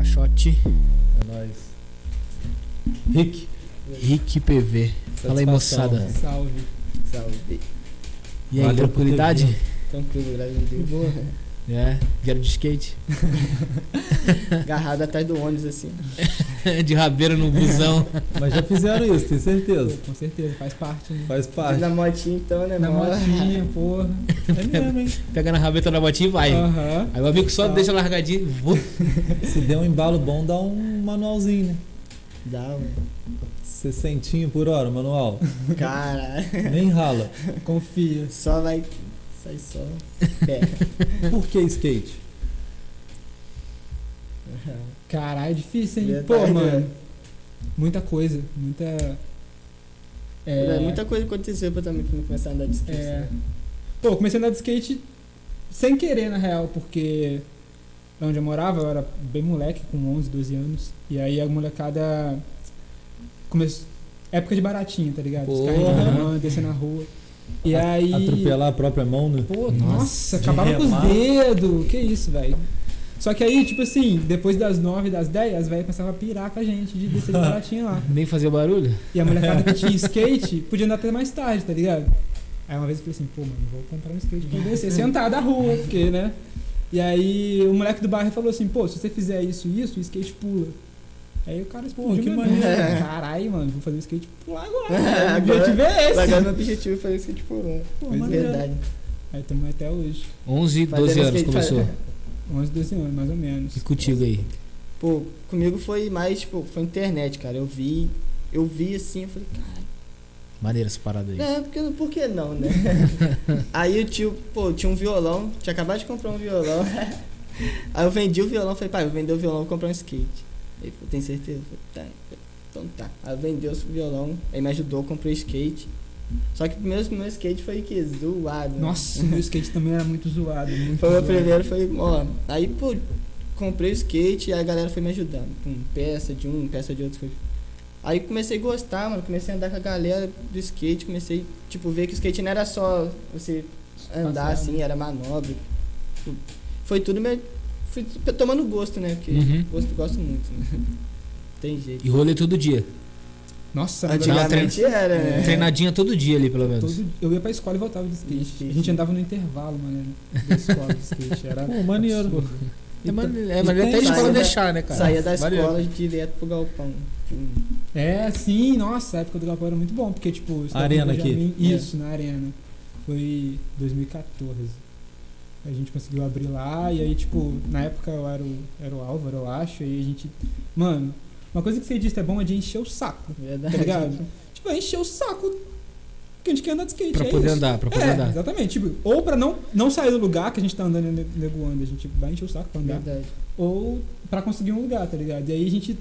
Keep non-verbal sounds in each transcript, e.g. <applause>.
assistir. É nóis. Rick. Rick PV. Fala aí, Satisfação, moçada. mano. Salve. Salve. E aí, Valeu por tranquilidade? Tranquilo, graças a Deus. Boa. É, vieram de skate. <laughs> <laughs> Agarrado atrás do ônibus, assim. de rabeira no busão. Mas já fizeram isso, tenho certeza. Pô, com certeza, faz parte, né? Faz parte. Na motinha, então, né? Na mó- motinha, porra. É mesmo, hein? Pega na rabeta da botinha e vai. Aham. Aí o amigo só Tá. deixa largadinho. Vum. Se der um embalo bom, dá um manualzinho, né? <laughs> Dá, mano. 60 por hora, manual. Cara, Nem rala. Confia. só vai... Sai só. Pé. Por que skate? Caralho, é difícil, hein? Verdade, Pô, né? mano. Muita coisa. Muita. É, Muita coisa aconteceu pra eu também pra eu começar a andar de skate. É. né? Pô, eu comecei a andar de skate sem querer, na real, porque lá onde eu morava, eu era bem moleque, com 11, 12 anos. E aí a molecada. Começou. Época de baratinha, tá ligado? Os carrinhos de Porra. mão, descer na rua. E A- aí. Atropelar a própria mão, né? Pô, Nossa, nossa, de acabava com os remar. dedos. Que isso, velho. Só que aí, tipo assim, depois das 9, das 10, as velhas começavam a pirar com a gente de descer de baratinha lá. Nem fazia barulho? E a molecada que tinha skate podia andar até mais tarde, tá ligado? Aí uma vez eu falei assim, pô, mano, vou comprar um skate pra eu descer, sentar da rua, porque, né? E aí o moleque do bairro falou assim, pô, se você fizer isso e isso, o skate pula. Aí o cara explodiu. que minha maneiro. mente. Caralho, mano, vou fazer o skate <laughs> pular agora. Agora- cara. O objetivo é esse. Agora meu objetivo é fazer skate por um. Pô, Pois é. maneiro. Verdade. Aí estamos até hoje. 11, 12 Fazendo anos skate, começou. 11, 12 anos, mais ou menos. E contigo aí? Pô, comigo foi mais, tipo, foi internet, cara. Eu vi, eu vi assim, eu falei, Maneira essa parada aí. É, porque, por que não, né? aí o tio, pô, tinha um violão, tinha acabado de comprar um violão. <laughs> aí eu vendi o violão, falei, pai, eu vender o violão, vou comprar um skate. Ele falou, tem certeza? Eu falei, tá, então tá. Aí eu vendeu o violão, aí me ajudou, comprei o skate. Só que o meu, meu skate foi que zoado. né? Nossa, meu skate também era muito zoado. Muito Foi o meu zoado. primeiro, foi, ó. Aí, pô, comprei o skate e a galera foi me ajudando. Com peça de um, peça de outro. Foi... Aí comecei a gostar, mano. Comecei a andar com a galera do skate. Comecei, tipo, ver que o skate não era só você andar Passear, né? assim, era manobra. Tipo, Foi tudo meio. Fui t- tomando gosto, né? Porque Uhum. gosto gosto muito, né? <laughs> Tem jeito. E rolê todo dia. Nossa, Antigamente- Antigamente era, É. né? Treinadinha todo dia ali, pelo menos. Todo- eu ia pra escola e voltava de skate. De skate, a gente né? andava no intervalo, mano, da escola de <laughs> skate. Era Pô, maneiro. absurdo. É maneiro, é E maneiro tem até a escola saída- deixar, né, cara? Saía da Valeu. escola direto pro galpão. Hum. É, sim, nossa, a época do Galpão era muito bom, porque, tipo... eu estudava Arena em aqui. É. Benjamin- Isso, na arena. Foi 2014. A gente conseguiu abrir lá, e aí, tipo, na época eu era o, era o Álvaro, eu acho, e a gente... Mano, uma coisa que você disse é bom é de encher o saco, Verdade. tá ligado? tipo, é encher o saco que a gente quer andar de skate, Pra é poder isso. andar, pra poder é, andar. exatamente. Tipo, ou pra não, não sair do lugar que a gente tá andando e ne- negoando, a gente vai encher o saco pra andar. <laughs> Verdade. Ou pra conseguir um lugar, tá ligado? E aí a gente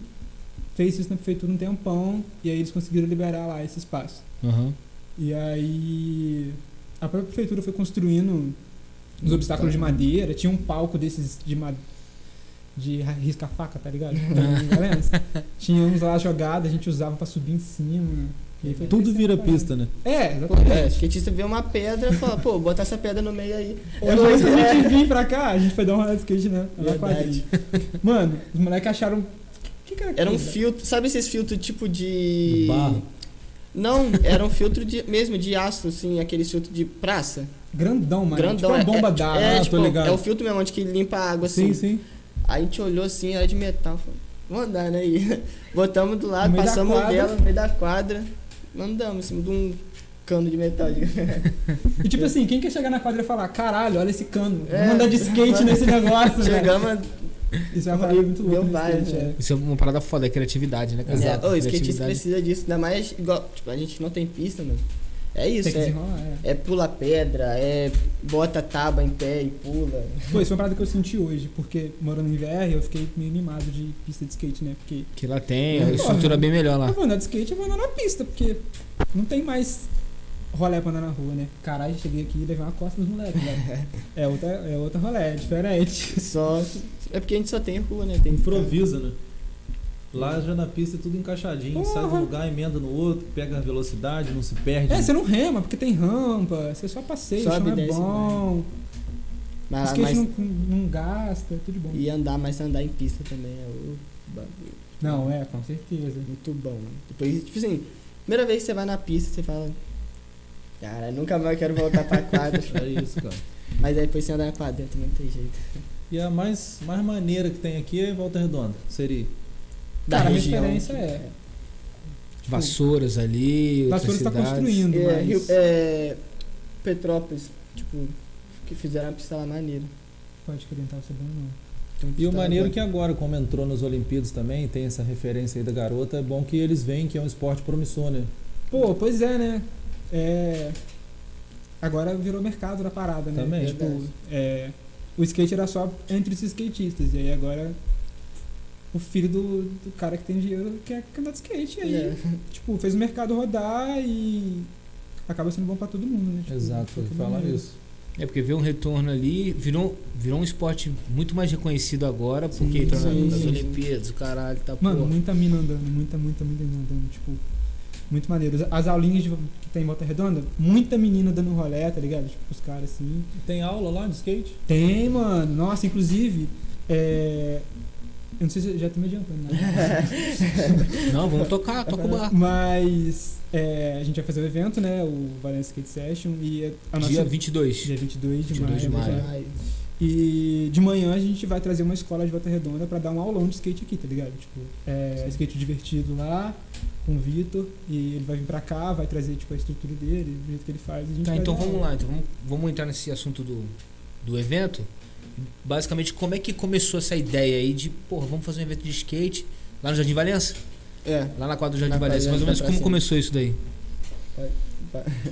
fez isso na prefeitura um tempão, e aí eles conseguiram liberar lá esse espaço. Aham. E aí a própria prefeitura foi construindo os Hum, tá. obstáculos de madeira, tinha um palco desses de ma- de ra- risca-faca, <laughs> tá ligado? Tá ligado? tinha uns lá jogados, a gente usava pra subir em cima. E aí foi Tudo vira crescendo, pista, né? É, Pô, é, o exatamente. skatista vê uma pedra e fala, pô, botar essa pedra no meio aí. é um Eu falei que a gente vir pra cá, a gente foi dar uma rolê de skate, né? Lá na Verdade. quadrilha. Mano, os moleques acharam. Que que era Era um aquilo, filtro, sabe esses filtros tipo de. Barro. Não, era um filtro de, mesmo de aço, assim, aquele filtro de praça. Grandão, mano. Grandão, Tipo uma bomba é- d'água. é, tô tipo, ligado. é o filtro mesmo, onde que limpa a água assim. Sim, sim. Aí a gente olhou assim, era de metal. Falou, vamos andar, né? E <laughs> botamos do No lado, meio da passamos quadra. dela no meio da quadra, andamos em cima de um cano de metal. <laughs> E tipo assim, quem quer chegar na quadra e falar, caralho, olha esse cano, É. vamos andar de <laughs> skate nesse negócio, velho. Chegamos. Isso é uma parada muito louca. Deu no vários, skate, né? é. Isso é uma parada foda, é criatividade, né, cara? É, o skatista Criatividade. precisa disso, ainda mais igual. Tipo, a gente não tem pista, mano. É isso, Tem que é. desenrolar, é. É pula pedra, é bota a tábua em pé e pula. <laughs> Pô, isso é uma parada que eu senti hoje, porque morando em VR eu fiquei meio animado de pista de skate, né? Porque Que lá tem, Porra. a estrutura é bem melhor lá. eu vou andar de skate, eu vou andar na pista, porque não tem mais rolé pra andar na rua, né? Caralho, cheguei aqui e levei uma costa dos moleques, velho. É outra, é outra rolé, é diferente. Só. É porque a gente só tem rua, né? Tem Improvisa, né? Lá já na pista é tudo encaixadinho. Sai de um Porra. lugar, emenda no outro, pega a velocidade, não se perde. É, você não rema, porque tem rampa, você só passeia, Sobe o chão e é desce, bom. Mas, Skate Ah, mas- não, não gasta, é tudo de bom. E andar, mas andar em pista também é o bagulho. Não, é, com certeza. Muito bom, mano. Depois, tipo assim, primeira vez que você vai na pista, você fala. Cara, nunca mais quero voltar pra <laughs> quadra. É isso, cara. mas aí depois você andar pra dentro, não tem jeito. E a mais, mais maneira que tem aqui é Volta Redonda. Seria. Da Cara, a região. referência é. Vassouras ali. outras Tipo, Vassouras tá cidades. construindo, É, mas. Rio, é, Petrópolis, tipo, que fizeram a pista lá maneira. Pode que orientar você bem, não. Tem uma E pista o Tá, lá maneiro boa. que é- agora, como entrou nos Olimpíadas também, tem essa referência aí da garota, é bom que eles veem que é um esporte promissor, né? Pô, pois é, né? É. Agora virou mercado da parada, né? Também. Tipo, é, o skate era só entre os skatistas. E aí agora. O filho do, do cara que tem dinheiro quer andar de skate. E aí, É. tipo, fez o mercado rodar e. Acaba sendo bom pra todo mundo, né? Tipo, Exato, de qualquer falar maneira. isso. É porque veio um retorno ali, virou, virou um esporte muito mais reconhecido agora, porque Sim, entrou na- sim, nas sim. Olimpíadas, o caralho, tá Mano, porra. muita mina andando, muita, muita, muita mina andando, tipo, muito maneiro. As- As aulinhas de- que tem em Volta Redonda, muita menina dando rolé, tá ligado? Tipo, os caras assim. Tem aula lá de skate? Tem, mano, nossa, inclusive, é. Eu não sei se eu já tô me adiantando, né? Não, É, vamos tocar, É toca o barco. Mas é, a gente vai fazer o evento, né? O Valencia Skate Session e a nossa. Dia 22. dia 22 de 22 de maio. maio. já. E de manhã a gente vai trazer uma escola de volta redonda pra dar um aulão de skate aqui, tá ligado? Tipo, é, skate divertido lá com o Vitor e ele vai vir pra cá, vai trazer tipo a estrutura dele, o jeito que ele faz. e A gente Tá, vai então dar um vamos aula. lá, então vamos, vamos entrar nesse assunto do, do evento. Basicamente, como é que começou essa ideia aí de, porra, vamos fazer um evento de skate lá no Jardim Valença? <laughs> É, Lá na quadra do Jardim Na Valença, quadra mais ou da menos como pracinha. começou isso daí?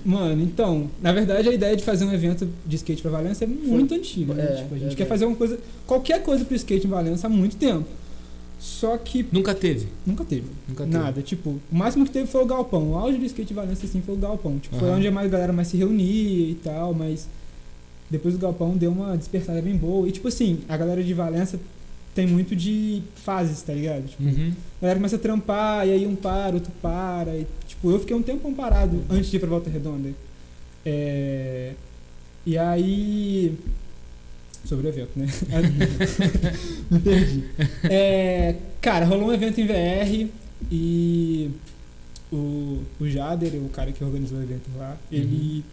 Mano, então, na verdade a ideia de fazer um evento de skate pra Valença é muito antiga, né? é, tipo, a gente verdade. quer fazer uma coisa, qualquer coisa pro skate em Valença há muito tempo. Só que Nunca teve. nunca teve. Nunca teve. Nada, tipo, o máximo que teve foi o Galpão. O auge do skate em Valença, assim, foi o Galpão. Tipo, foi Aham. onde a mais galera mais se reunia e tal, mas depois do Galpão deu uma despertada bem boa. E, tipo assim, a galera de Valença tem muito de fases, tá ligado? Tipo, Uhum. a galera começa a trampar, e aí um para, outro para. E, tipo, eu fiquei um tempão parado Uhum. antes de ir pra Volta Redonda. É... E aí. Sobre o evento, <laughs> né? Me perdi. É, cara, rolou um evento em VR e o, o Jader, o cara que organizou o evento lá, Uhum. ele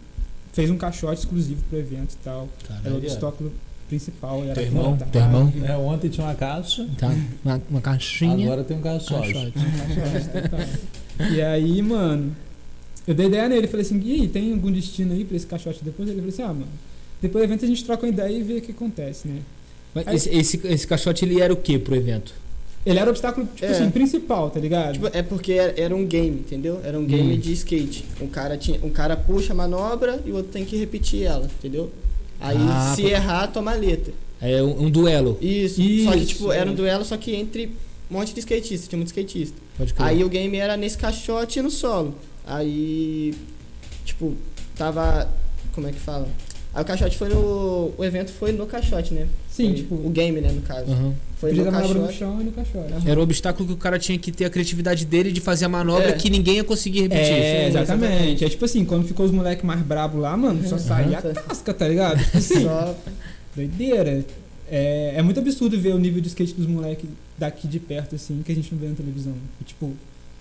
fez um caixote exclusivo pro evento e tal. Era o Caralho. obstáculo principal. Era Teu irmão, plantado. teu irmão. É, ontem tinha uma caixa, Tá, uma, uma caixinha. agora tem um caixote. caixote. E aí, mano, eu dei ideia nele, falei assim, e aí, tem algum destino aí pra esse caixote depois? Ele falou assim, ah, mano, depois do evento a gente troca uma ideia e vê o que acontece, né? Mas Esse, esse, esse caixote, ele era o que pro evento? Ele era o obstáculo, tipo É. assim, principal, tá ligado? Tipo, é porque era, era um game, entendeu? Era um game Hum. de skate. Um cara, tinha, um cara puxa a manobra e o outro tem que repetir ela, entendeu? Aí Ah, se pô. errar, toma a letra. É um, um duelo. Isso. Só que, Isso, tipo, era um é. duelo, só que entre um monte de skatista, tinha muito skatista. Pode crer. Aí o game era nesse caixote e no solo. Aí, tipo, tava. Como é que fala? Aí o caixote foi no. O evento foi no caixote, né? Sim, Foi- tipo, O game, né, no caso. Aham. Foi no precisa da manobra no caixote. chão e no caixote. Uhum. Era o obstáculo que o cara tinha que ter a criatividade dele de fazer a manobra É. que ninguém ia conseguir repetir. É, Sim, exatamente. exatamente. É tipo assim, quando ficou os moleques mais brabo lá, mano, só saía a casca, tá ligado? Tipo assim, Só doideira. É, é muito absurdo ver o nível de skate dos moleques daqui de perto, assim, que a gente não vê na televisão. E, tipo,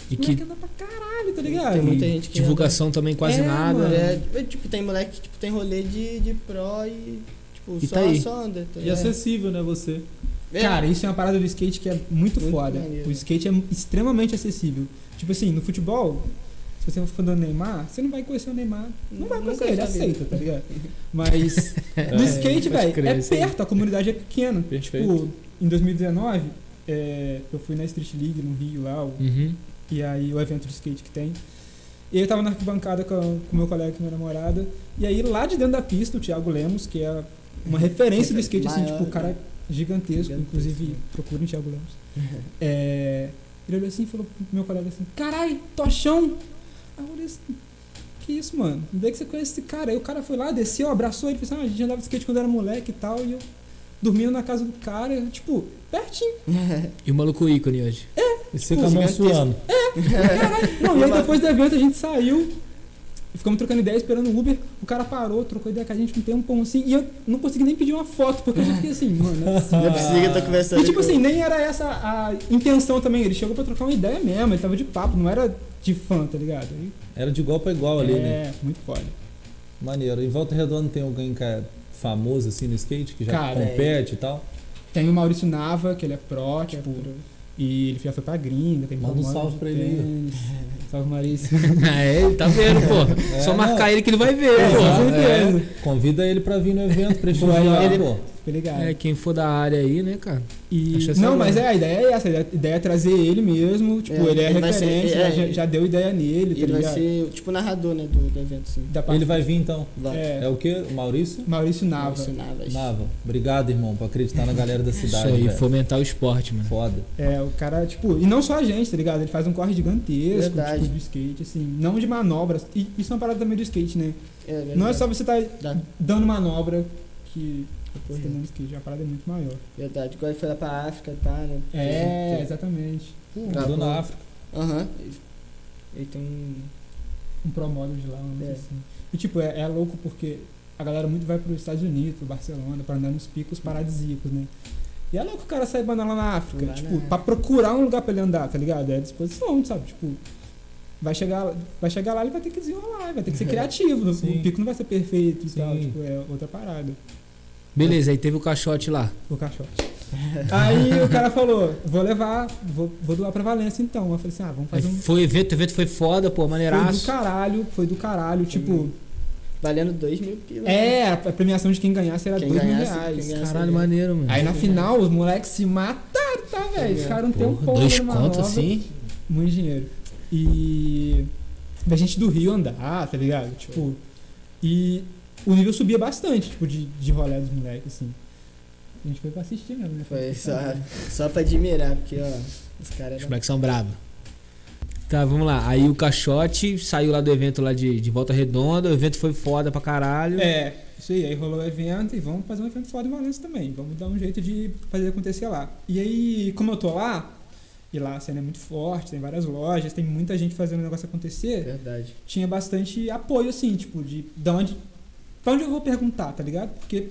E moleque que anda pra caralho, tá ligado? tem muita E- gente que. divulgação também quase É, nada. mano. anda. É, tipo, tem moleque que tipo, tem rolê de, de pro e. Tipo, E só, tá aí. só anda. tá E ligado? acessível, né, você? É. É. Cara, isso é uma parada do skate que é muito, Muito foda. maneiro. O skate é extremamente acessível. Tipo assim, no futebol, se você for fã do Neymar, você não vai conhecer o Neymar. Não vai Nunca conhecer, ele sabia. aceita, tá ligado? Mas no É, skate, pode velho, crer, é isso aí. perto, a comunidade é pequena. Perfeito. Tipo, em 2019, é, eu fui na Street League no Rio lá, o- Uhum. e aí o evento de skate que tem. E aí eu tava na arquibancada com o meu colega, com minha namorada. E aí lá de dentro da pista, o Thiago Lemos, que é uma referência do skate, assim, Maior, tipo, o cara né? gigantesco, Gigantesco, inclusive né? procurem Thiago Lemos. <laughs> É, ele olhou assim e falou pro meu colega assim, carai, tochão! Aí eu olhei assim, que isso, mano? Onde é que você conhece esse cara? Aí o cara foi lá, desceu, abraçou ele, pensou, ah, a gente andava de skate quando era moleque e tal, e eu dormindo na casa do cara, tipo, <laughs> pertinho. E o maluco ícone hoje. <laughs> E você tipo, tá mão gigantesco. suando. Caralho! Não, e aí depois do evento a gente saiu. E ficamos trocando ideia, esperando o Uber. O cara parou, trocou ideia com a gente um tempão assim. E eu não consegui nem pedir uma foto, porque eu já fiquei assim, mano. não é possível. Não é possível que eu tô conversando. E tipo com- assim, nem era essa a intenção também. Ele chegou pra trocar uma ideia mesmo, ele tava de papo, não era de fã, tá ligado? Aí, Era de igual pra igual ali, é, né? muito foda. Maneiro. Em Volta Redonda tem alguém que é famoso assim no skate, que já Cara, é. compete e tal. Tem o Maurício Nava, que ele é pró, tipo, e ele já foi pra gringa, tem Manda um Palmeiras, salve pra ele aí. tênis. Salve Maurício. <laughs> É, ele tá vendo, pô. É, Só não, marcar ele que ele vai ver, Com pô. É. certeza. Convida ele pra vir no <laughs> evento, prestigiar lá, Ele- pô. Fica ligado. É, quem for da área aí, né, cara? E- Acho essa não, legal. mas é, a ideia é essa. A ideia é trazer ele mesmo. Tipo, É, ele é ele vai ser- referência, é, já, já deu ideia nele, tá Ele vai ligado? ser tipo narrador, né, do, do evento, assim. Da parte- Ele vai vir então. Lá. É, É o que? Maurício? Maurício Nava. Maurício Navas. Nava. Obrigado, irmão, por acreditar na galera da Isso cidade. né? aí, velho. fomentar o esporte, mano. Foda. É, o cara, tipo, e não só a gente, tá ligado? Ele faz um corre gigantesco, Verdade. tipo, de skate, assim, não de manobras. E isso é uma parada também do skate, né? É, verdade. Não é só você tá Dá. dando manobra que você tá Correto. dando skate, a parada é muito maior. Verdade. Igual ele foi lá pra África, tá, né? É, exatamente. Pô, Tá Mandou bom. na África. Aham. Ele- Ele tem um... um promóvel de lá, um negócio É. assim. E tipo, é, é louco porque a galera muito vai para os Estados Unidos, pro Barcelona, para andar nos picos paradisíacos, né? E é louco o cara sair andando lá na África, Lá tipo, na pra procurar um lugar pra ele andar, tá ligado? É à disposição, sabe? Tipo, vai chegar, vai chegar lá, ele vai ter que desenrolar, vai ter que ser criativo, Sim. o pico não vai ser perfeito e tal, Sim. tipo, é outra parada. Beleza, aí teve o caixote lá. O cachorro. Aí o cara falou, vou levar, vou, vou doar pra Valência então. Eu falei assim, ah, vamos Aí fazer um... Foi o evento, o evento foi foda, pô, Foi do maneiraço. caralho, foi do caralho, tipo... Valendo 2 mil pila. né? É, a a premiação de quem ganhasse era Quem 2 mil ganhasse, reais. quem ganhasse. Caralho, maneiro, mano. é. Aí na final os moleques se mataram, tá, velho? É. Ficaram um Porra, tempão. dois fazendo contos manobra, assim. Muito dinheiro. E. Da gente do Rio andar, tá ligado? Tipo. E o nível subia bastante, tipo, de, de rolé dos moleques, assim. A gente foi pra assistir mesmo, né? Foi só, só pra admirar, porque, ó, os caras... Os eram- moleques são bravos. Tá, vamos lá. Aí o caixote saiu lá do evento lá de, de Volta Redonda. O evento foi foda pra caralho. É, isso aí. Aí rolou o evento e vamos fazer um evento fora de Valência também. Vamos dar um jeito de fazer acontecer lá. E aí, como eu tô lá, e lá a cena é muito forte, tem várias lojas, tem muita gente fazendo o negócio acontecer, Verdade. tinha bastante apoio, assim, tipo, de, de onde. Pra onde eu vou perguntar, tá ligado? Porque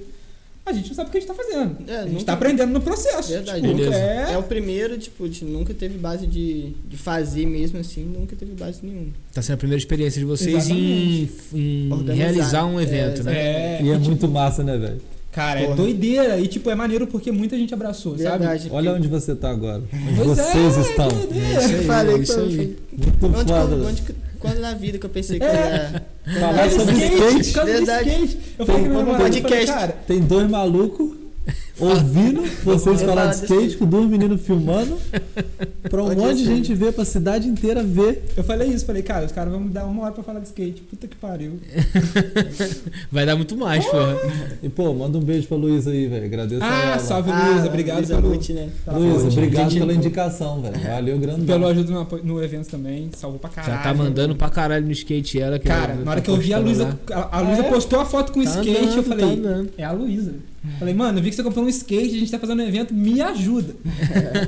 a gente não sabe o que a gente tá fazendo. É, a gente nunca- tá aprendendo no processo. Verdade. Tipo, Beleza. é, É o primeiro, tipo, de nunca teve base de, de fazer mesmo assim, nunca teve base nenhuma. Tá sendo a primeira experiência de vocês em, em Organizar. realizar um É, evento, né? É, e é tipo, muito massa, né, velho? Cara, é Porra. doideira. E, tipo, é maneiro porque muita gente abraçou, sabe? Verdade. Olha onde você tá agora. Onde Pois é, vocês estão. que doideira. É isso aí, <laughs> eu falei é isso pra- aí. Muito Onde, foda. quando, onde que- quando na vida que eu pensei que É. eu ia. <laughs> Falar Por causa sobre do skate. por causa do verdade. skate. Tem Eu falei com meu como namorado, eu falei, podcast. cara, Tem dois <laughs> malucos ouvindo vocês Eu falar falar de skate, desse- com dois meninos filmando, pra um Onde monte de você- gente ver, pra cidade inteira ver. Eu falei isso, falei, cara, os caras vão me dar uma hora pra falar de skate. Puta que pariu. Vai dar muito mais, porra. E, pô, manda um beijo pra Luísa aí, velho. Agradeço a Ah, ela. Tá salve Luísa, obrigado Luísa pelo, Lute, <laughs> né? pela Luísa, saúde. obrigado Gente, pela indicação, velho. Valeu, grandão. Pelo ajuda no, apo- no evento também, salvou pra caralho. Já tá mandando pra caralho no skate ela. Que Cara, ela na hora tá que eu vi a postando Luísa, lá. a, a Luísa É? postou a foto com o Tá skate, andando, eu falei, tá andando. é a Luísa. Falei, mano, eu vi que você comprou um skate, a gente tá fazendo um evento, me ajuda.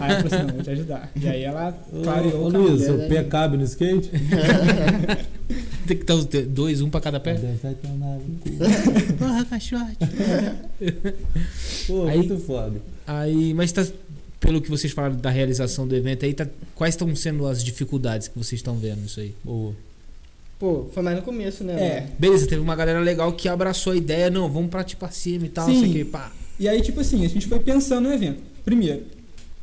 aí ela falou assim, não, vou te ajudar. E aí ela clareou Ô, ô o caminho. Luísa, seu dela pé aí. cabe no skate? Tem que estar os de- dois, um pra cada pé. Deve estar tomado no cu. Porra, caixote. Pô, Aí- muito foda. Aí, mas tá. Pelo que vocês falaram da realização do evento aí, tá, quais estão sendo as dificuldades que vocês estão vendo nisso aí? Boa. Pô, foi mais no começo, né? É, mano? Beleza, teve uma galera legal que abraçou a ideia, não, vamos pra tipo pra cima e tal, não Sim. sei o que, pá. e aí, tipo assim, a gente foi pensando no evento. Primeiro,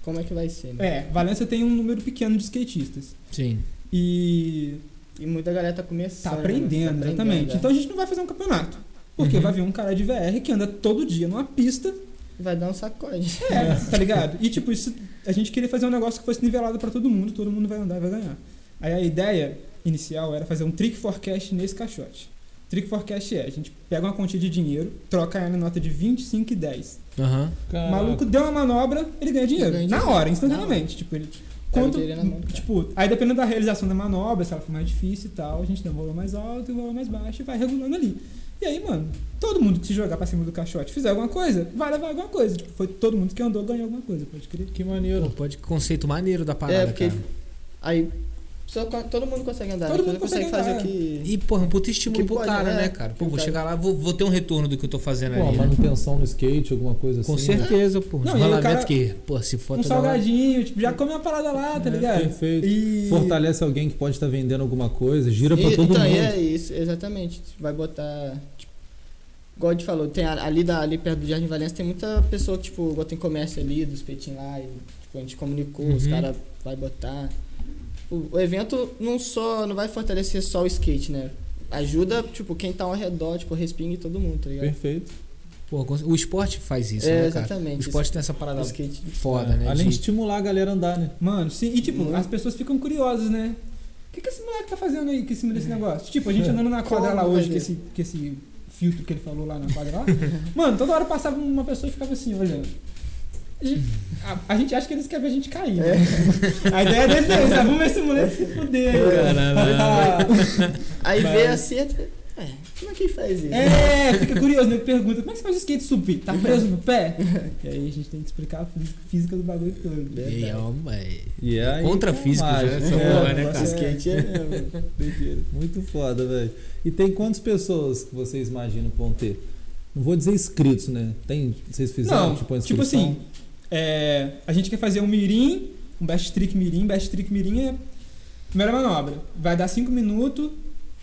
Como é que vai ser, né? é, Valência tem um número pequeno de skatistas. Sim. E E muita galera tá começando. Tá né, mano? aprendendo, Tá exatamente. é. Então a gente não vai fazer um campeonato. Porque Uhum. vai vir um cara de VR que anda todo dia numa pista. Vai dar um sacode. É, tá ligado? E tipo, isso, a gente queria fazer um negócio que fosse nivelado pra todo mundo, todo mundo vai andar e vai ganhar. Aí a ideia inicial era fazer um trick forecast nesse caixote. Trick forecast é, a gente pega uma quantia de dinheiro, troca ela em nota de 25 e 10. Aham. O maluco deu uma manobra, ele ganha dinheiro. Ele ganha na dinheiro. hora, instantaneamente. Tipo, ele. Pega o Quanto, dinheiro na mão do cara. tipo, aí dependendo da realização da manobra, se ela for mais difícil e tal, a gente dá um valor mais alto e um valor mais baixo e vai regulando ali. E aí, mano, todo mundo que se jogar pra cima do caixote fizer alguma coisa, vai levar alguma coisa. Tipo, foi todo mundo que andou ganhou alguma coisa, pode crer. Que Pô, maneiro. pode que conceito maneiro da parada, É, porque- cara. Aí Só co- todo mundo consegue andar. Todo né? mundo consegue fazer andar. o que. E, porra, um puta estímulo Que pro pode, cara, né? né, cara? Que Pô, vou cara- chegar lá, vou, vou ter um retorno do que eu tô fazendo Pô, ali, né? manutenção no skate, alguma coisa Com assim. né? certeza, pô. Não, Não, e aí o rolamento cara- que, pô, se for Um salgadinho, tipo, já come uma parada lá, tá É, ligado? perfeito. E... Fortalece alguém que pode estar vendendo alguma coisa, gira pra E- todo então, mundo. é isso, exatamente. Vai botar. Tipo, igual a gente falou, tem a- ali, da, ali perto do Jardim Valença tem muita pessoa que, tipo, bota em comércio ali, dos peitinhos lá, e tipo, a gente comunicou, os Uhum. caras vai botar. O, o evento não só. não vai fortalecer só o skate, né? Ajuda, tipo, quem tá ao redor, tipo, respingue todo mundo, é- tá ligado? Perfeito. Pô, cons- o esporte faz isso, é, né, cara? O exatamente. esporte tem essa o parada skate. foda, É, né? Além de... de- estimular a galera a andar, né? Mano, sim. E, tipo, Muito. as pessoas ficam curiosas, né? O que, que esse moleque tá fazendo aí que cima desse negócio? Tipo, a gente É. andando na quadra lá Como, hoje, velho? que esse, que esse filtro que ele falou lá na quadra lá. mano, toda hora passava uma pessoa e ficava assim, olhando. A gente, a- a gente acha que eles querem ver a gente cair. É. né? A ideia deles é essa. Vamos ver esse moleque se <laughs> fuder. Ah, Caralho. <laughs> cara. <laughs> Aí Mas- vê a seta. Ué, como é que faz isso? É, fica curioso, né? Pergunta, como é que você faz o skate subir? Tá preso no pé? E aí a gente tem que explicar a fí- física do bagulho todo. né? E é uma- é- E aí, Contra é físico, né? uma mágica. Essa É, porra, né, Então, nossa, cara? skate é mesmo. doideira. Muito foda, velho. E tem quantas pessoas que vocês imaginam que vão ter? Não vou dizer inscritos, né? Tem, vocês fizeram Não, tipo a tipo inscrição? assim, é, a gente quer fazer um mirim, um best trick mirim. Best trick mirim é primeira manobra. Vai dar 5 minutos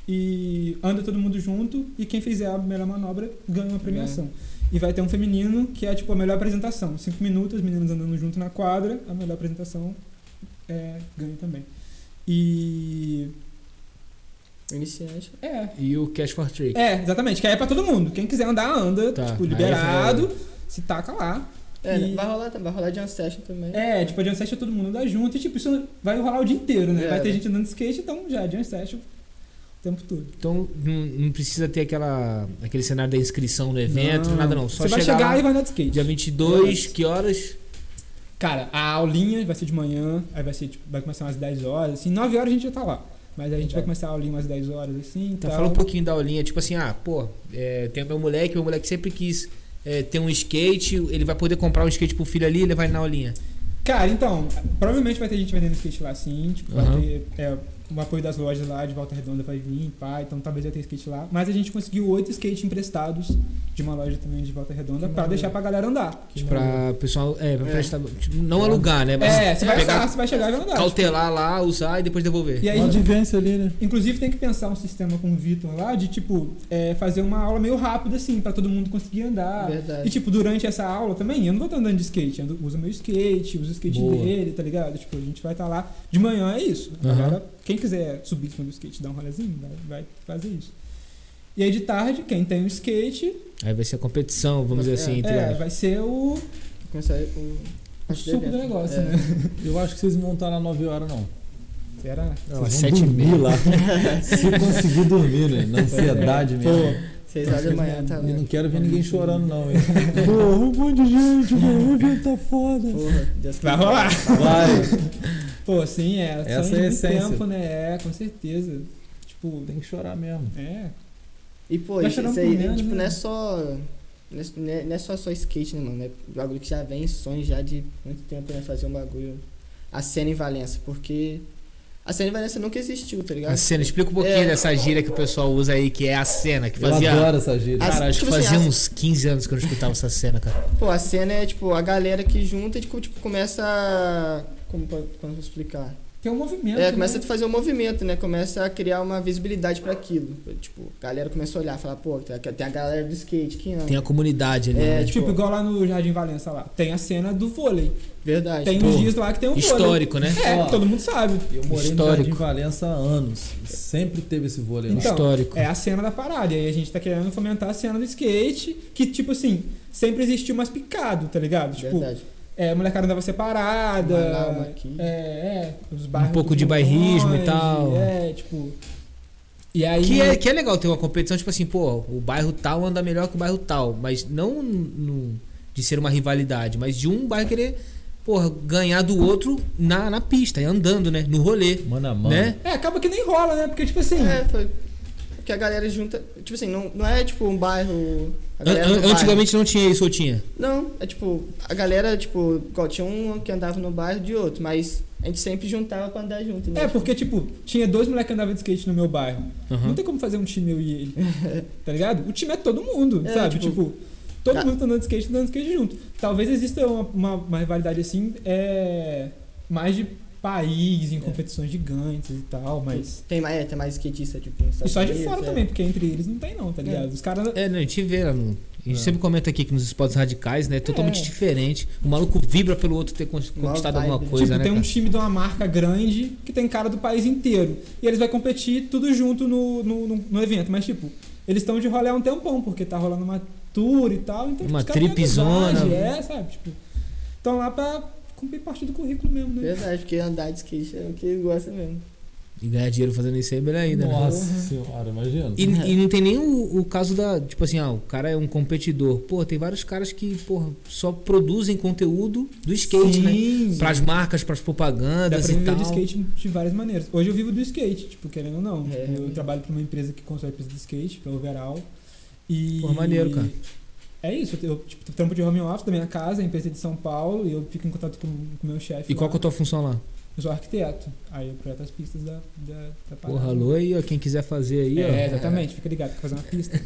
e anda todo mundo junto e quem fizer a primeira manobra ganha uma premiação. E vai ter um feminino que é tipo a melhor apresentação. 5 minutos, as meninas andando junto na quadra, a melhor apresentação é, ganha também. E. Iniciante. É, E o Cash for Trick. É, exatamente, que aí é pra todo mundo. Quem quiser andar, anda, Tá, tipo, aí liberado, se taca lá. É, E- vai rolar, vai rolar jam session também. É, tipo, a jam session todo mundo andar junto e, tipo, isso vai rolar o dia inteiro, né? É. Vai ter gente andando de skate, então já, jam session o tempo todo. Então não, não precisa ter aquela, aquele cenário da inscrição no evento, nada não. Só Você vai chegar lá, e vai andar de skate. dia 22, que horas? Cara, a aulinha vai ser de manhã, aí vai ser, tipo, vai começar umas 10 horas, assim, 9 horas a gente já tá lá. Mas aí a gente vai começar a aulinha umas 10 horas, assim, Então então... fala um pouquinho da aulinha, tipo assim, ah, pô, é, tem o meu moleque, meu moleque sempre quis é, ter um skate, ele vai poder comprar um skate pro filho ali, ele vai na aulinha. Cara, então, provavelmente vai ter gente vendendo skate lá sim, tipo, vai Aham. ter é, o apoio das lojas lá de Volta Redonda vai vir, pá, então talvez vai ter skate lá. Mas a gente conseguiu oito skates emprestados de uma loja também de Volta Redonda pra deixar pra galera andar. Tipo, pra pessoal, é, pra É. prestar, tipo, não alugar, né? Mas É, você vai pegar, usar, você vai chegar e vai andar. cautelar lá, usar e depois devolver. E aí a Uma gente vivência ali, né? Inclusive tem que pensar um sistema com o Vitor lá de tipo é, fazer uma aula meio rápida assim pra todo mundo conseguir andar. Verdade. E tipo durante essa aula também eu não vou estar andando de skate, eu ando- uso meu skate, uso o skate Boa. dele, tá ligado? Tipo a gente vai estar lá de manhã é isso. A Aham. galera, quem quiser subir em cima do skate, dar um rolezinho, vai, vai fazer isso. E aí de tarde quem tem o skate Aí vai ser a competição, vamos dizer assim, entre é, aspas. vai ser o, Começar o. o Acho tipo, suco do dentro. negócio, É. né? Eu acho que vocês não vão estar lá 9 horas, não. Será? Não, Vocês às vão sete e dormir meia. lá. Se conseguir dormir, né? Na ansiedade Pô, mesmo. <laughs> Seis horas da manhã, tá E não louco. quero ver ninguém chorando, não, hein? Pô, um monte de gente, mano. O evento tá foda. Porra, Deus Vai rolar. Vai, Pô, sim, é. Essa é a sonho de muito essência. tempo, né? É, com certeza. Tipo, tem que chorar mesmo. é. E pô, Tá isso, chorando isso por aí, menos, tipo, né? não é só. Não é- não é, não é só só skate, né, mano? É bagulho que já vem sonho já de muito tempo, né? Fazer um bagulho. A cena em Valença, porque. A cena em Valença nunca existiu, tá ligado? A cena, explica um pouquinho É. dessa gíria que o pessoal usa aí, que é a cena, que Eu fazia. adoro essa gíria. Ah, Cara, acho que Tipo assim, fazia as- uns 15 anos que eu não escutava essa cena, cara. Pô, a cena é tipo a galera que junta e tipo, tipo, começa. a- Como, po- como eu vou explicar? Tem um movimento. É, começa a né? fazer o movimento, né? Começa a criar uma visibilidade pra aquilo. Tipo, a galera começa a olhar, falar, pô, tem a- tem a galera do skate que anda. Tem a comunidade ali, É, né? Tipo, tipo, igual lá no Jardim Valença lá. Tem a cena do vôlei. Verdade. Tem pô, uns dias lá que tem um vôlei. É, tipo, Histórico, né? É, Ó. que todo mundo sabe. Eu morei Histórico. no Jardim Valença há anos. Sempre teve esse vôlei lá. Então, Histórico. É a cena da parada. E aí a gente tá querendo fomentar a cena do skate, que, tipo assim, sempre existiu mais picado, tá ligado? Tipo, Verdade. é, a molecada andava separada. Uma lá, uma aqui. É, é. Os bairros. Um pouco tudo de bairrismo e longe, tal. É, tipo. E aí. Que é, que é legal ter uma competição, tipo assim, pô, o bairro tal anda melhor que o bairro tal. Mas não no- de ser uma rivalidade, mas de um bairro querer, porra, ganhar do outro na, na pista, e andando, né? No rolê. Mano a mano. Né? É, acaba que nem rola, né? Porque, tipo assim. É, foi. Porque a galera junta. Tipo assim, não, não é tipo um bairro. A An- galera an- do bairro. antigamente não tinha isso, ou tinha? Não, é tipo. A galera, tipo, igual, tinha um que andava no bairro de outro, mas a gente sempre juntava pra andar junto. né? É, porque, tipo, tinha dois moleques que andavam de skate no meu bairro. Aham. Hum? Não tem como fazer um time eu e <laughs> ele. tá ligado? O time é todo mundo, É, sabe? tipo, Tipo, todo tá. mundo tá andando de skate, andando de skate junto. Talvez exista uma, uma, uma rivalidade assim, é. Mais de país, em É. competições gigantes e tal, mas. Tem mais, é, tem mais skatista, tipo, nos E Estados só de Unidos, fora é. também, porque entre eles não tem, não, tá ligado? Os caras. É, né, a gente vê, né, no- a gente É. sempre comenta aqui que nos esportes radicais, né, é totalmente É. diferente. O maluco vibra pelo outro ter con- conquistado vibe, alguma né? coisa, tipo, né, tem um cara? time de uma marca grande que tem cara do país inteiro. E eles vão competir tudo junto no, no, no- no evento. Mas, tipo, eles estão de rolê há um tempão, porque tá rolando uma tour e tal. Então, Uma tipo, os caras têm tripzona. amizade, É, sabe? Tipo, estão lá pra cumprir parte do currículo mesmo, né? Verdade, porque andar de skate é o que eles gostam mesmo. E ganhar dinheiro fazendo isso aí é melhor ainda, né? Nossa Porra. senhora, imagina. E, e não tem nem o, o caso da. Tipo assim, ah, o cara é um competidor. Pô, tem vários caras que, porra, só produzem conteúdo do skate, né? Sim. Pras marcas, pras Dá propagandas pra e viver tal. do skate de várias maneiras. Hoje eu vivo do skate, tipo, querendo ou não. É, Tipo, eu realmente. né? trabalho pra uma empresa que constrói pista de skate, pra overall. E. Pô, maneiro, cara. É isso, eu tipo, trampo de home office da minha casa, a empresa é de São Paulo, e eu fico em contato com o meu chefe. E qual lá. que é a tua função lá? Eu sou arquiteto. Aí eu projeto as pistas da, da, da Porra, alô aí, ó, quem quiser fazer aí, ó. É, exatamente, fica ligado, quer fazer uma pista.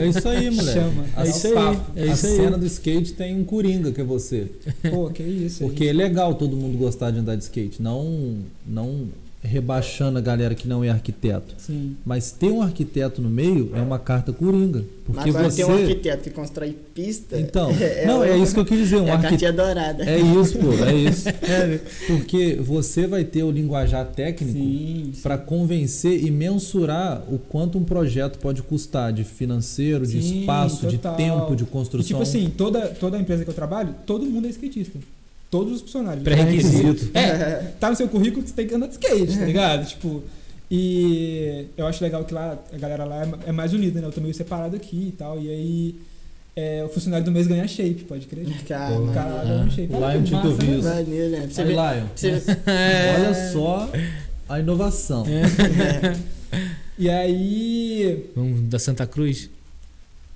É isso aí, moleque. Chama. É dá isso o aí. papo. É a isso aí. cena do skate tem um coringa que é você. Pô, que isso. Porque aí. é legal todo mundo gostar de andar de skate, não não rebaixando a galera que não é arquiteto. Sim. Mas ter um arquiteto no meio é uma carta coringa, porque Mas agora você tem um arquiteto que constrói pista. <laughs> Então, não, é isso que eu quis dizer, um É a arquiteto cartinha dourada. É isso, pô, é isso. porque você vai ter o linguajar técnico Sim. para convencer e mensurar o quanto um projeto pode custar de financeiro, de Sim, espaço, total. de tempo, de E, construção. tipo assim, toda, toda empresa que eu trabalho, todo mundo é skatista. Todos os funcionários. Pré-requisito. É, <laughs> tá no seu currículo que você tem que andar de skate, tá ligado? tipo, e eu acho legal que lá a galera lá é- é mais unida, né? Eu tô meio separado aqui e tal. E aí é, o funcionário do mês ganha shape, pode crer. Tipo, Calma. O cara lá ganha um shape. Lá Olha eu que te massa, duvido. né? Maneiro, né? Pra Você Aí, vê, <laughs> Lion, pra você vê- olha só a inovação. É. E aí. Vamos da Santa Cruz?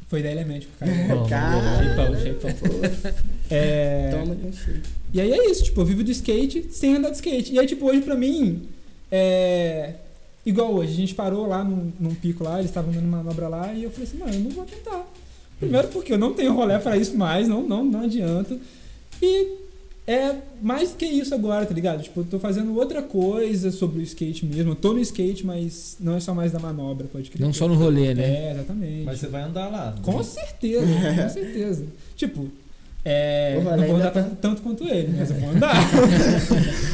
Foi da Element, cara. Ó, Cara, Shapeão, shapeão. pô, É, toma de <laughs> um shape. E aí é isso, tipo, eu vivo do skate sem andar de skate. E aí, tipo, hoje pra mim, é. Igual hoje, a gente parou lá num, num pico lá, eles estavam dando manobra lá, e eu falei assim, mano, eu não vou tentar. Primeiro porque eu não tenho rolé pra isso mais, não, não, não adianta. E é mais que isso agora, tá ligado? Tipo, eu tô fazendo outra coisa sobre o skate mesmo. Eu tô no skate, mas não é só mais da manobra, pode crer. Não só no rolê, né? É, exatamente. Mas você vai andar lá. Uhum. Com certeza, <laughs> com certeza. Tipo, é, Porra, não ainda vou andar tá- É. tanto, tanto quanto ele, mas eu vou andar. <laughs>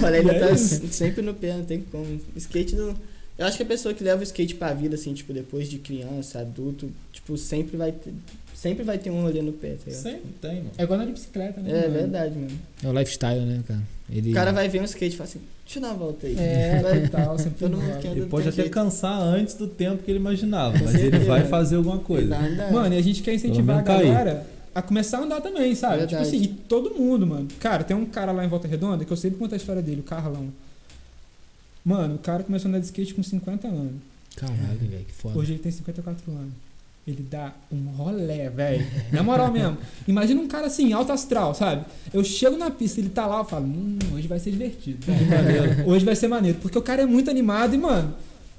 Olha, E ainda é tá isso. sempre no pé, não tem como. Skate não. Eu acho que a pessoa que leva o skate pra vida, assim, tipo, depois de criança, adulto, tipo, sempre vai ter, sempre vai ter um rolê no pé, tá ligado? Sempre tem, mano. É igual andar de bicicleta, né? É mano? verdade, mano. É o lifestyle, né, cara? Ele... O cara vai ver um skate e fala assim, deixa eu dar uma volta aí. É, vai, e tal, <laughs> sempre Todo mundo rola. quer. Ele Não tá. pode tem até jeito. cansar antes do tempo que ele imaginava, Com mas ele certeza. vai fazer alguma dá coisa. uma andada. é. Mano, e a gente quer incentivar a Pelo menos tá aí. galera a começar a andar também, sabe? Verdade. Tipo assim, e todo mundo, mano. Cara, tem um cara lá em Volta Redonda que eu sempre conto a história dele, o Carlão. Mano, o cara começou a andar de skate com 50 anos. Caralho, velho, que foda. Hoje ele tem 54 anos. Ele dá um rolé, velho. Na moral mesmo. Imagina um cara assim, alto astral, sabe? Eu chego na pista, ele tá lá, eu falo, hum, hoje vai ser divertido. velho. hoje vai ser maneiro. Porque o cara é muito animado e, mano,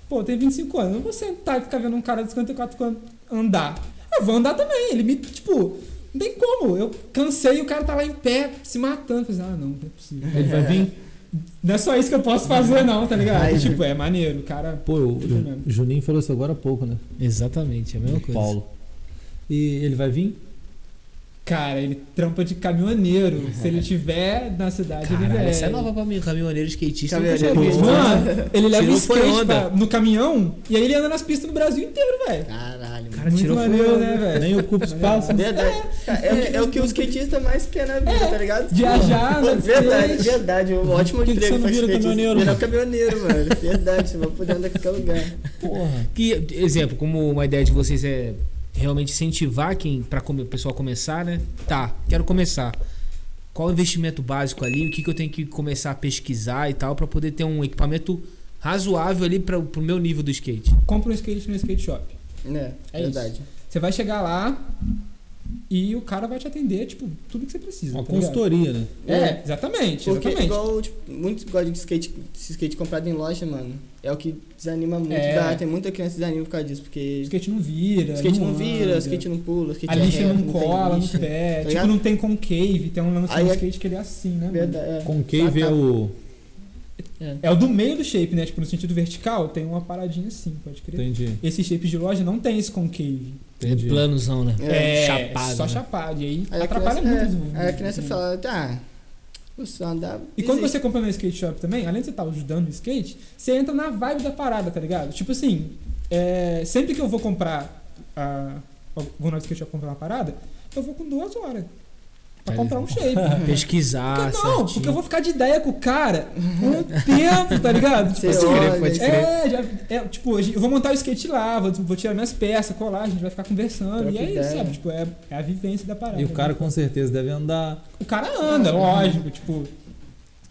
pô, tem 25 anos. Eu não vou sentar e ficar vendo um cara de 54 anos andar. Eu vou andar também. Ele me, tipo, não tem como. Eu cansei e o cara tá lá em pé, se matando. Eu falei, ah, não, não é possível. Ele vai vir. Não é só isso que eu posso fazer, não, tá ligado? Ai, tipo, é maneiro, o cara. Pô, o Tudo mesmo. o Juninho falou isso agora há pouco, né? Exatamente, é a mesma Do coisa. Paulo. E ele vai vir? Cara, ele trampa de <laughs> caminhoneiro. Se ele tiver na cidade, ele Caralho, é. essa é nova pra mim, caminhoneiro skatista. eu nunca tinha Caminhoneiro. visto. Mano, ele leva o um Tirou foi skate onda. pra- no caminhão e aí ele anda nas pistas no Brasil inteiro, velho. Caralho, mano. Cara, tirou foi onda. né, velho? Nem ocupa espaço. né? Verdade. É, o que- é o que o skatista mais quer na vida, É, tá ligado? viajar, Pô, <laughs> andar de Verdade, skate. verdade. Um ótimo Por que que emprego você não pra vira skatista. caminhoneiro? Virar caminhoneiro, mano. Verdade, você vai poder andar em qualquer lugar. Porra. Que, exemplo, como uma ideia de vocês é realmente incentivar quem para o pessoal começar, né? Tá, quero começar. Qual o investimento básico ali? O que, que eu tenho que começar a pesquisar e tal para poder ter um equipamento razoável ali para o meu nível do skate? Compra um skate no skate shop. Né, É verdade. Você vai chegar lá, e o cara vai te atender, tipo, tudo que você precisa. Uma tá ligado? consultoria, né? É, exatamente, Porque exatamente. igual, tipo, muitos gostam de skate, esse skate comprado em loja, mano. É o que desanima muito. É. Dá- tem muita criança que desanima por causa disso, O porque skate não vira, skate não anda, vira, skate não pula, skate a lixa é reto, não tem cola no lixa. tá pé, tipo, ligado? não tem concave, tem um lance Aí no é- skate que ele é assim, né? mano? Verdade, é. Concave é o. É o do meio do shape, né? Tipo, no sentido vertical, tem uma paradinha assim, pode crer. Entendi. Esse shape de loja não tem esse concave. Entendi. Planozão, né? É. chapado, Só né? chapado. E aí, Aí a atrapalha criança- muito. o é, desenvolvimento, Aí a criança né? fala, tá, você anda. E quando existe. você compra no skate shop também, além de você estar ajudando no skate, você entra na vibe da parada, tá ligado? Tipo assim, é, sempre que eu vou comprar. A, vou no skate shop comprar uma parada, eu vou com duas horas. Pra Tá comprar um shape. <laughs> Pesquisar, Porque não, Ah, certinho. porque eu vou ficar de ideia com o cara um tempo, tá ligado? Tipo Você assim, olha, pode crer. É, já, é, tipo, a gente- eu vou montar o skate lá, vou, vou tirar minhas peças, colar, a gente vai ficar conversando. Troca e é isso, ideia. sabe? Tipo, é, é a vivência da parada. E o cara né? com certeza deve andar. o cara anda, é lógico, tipo.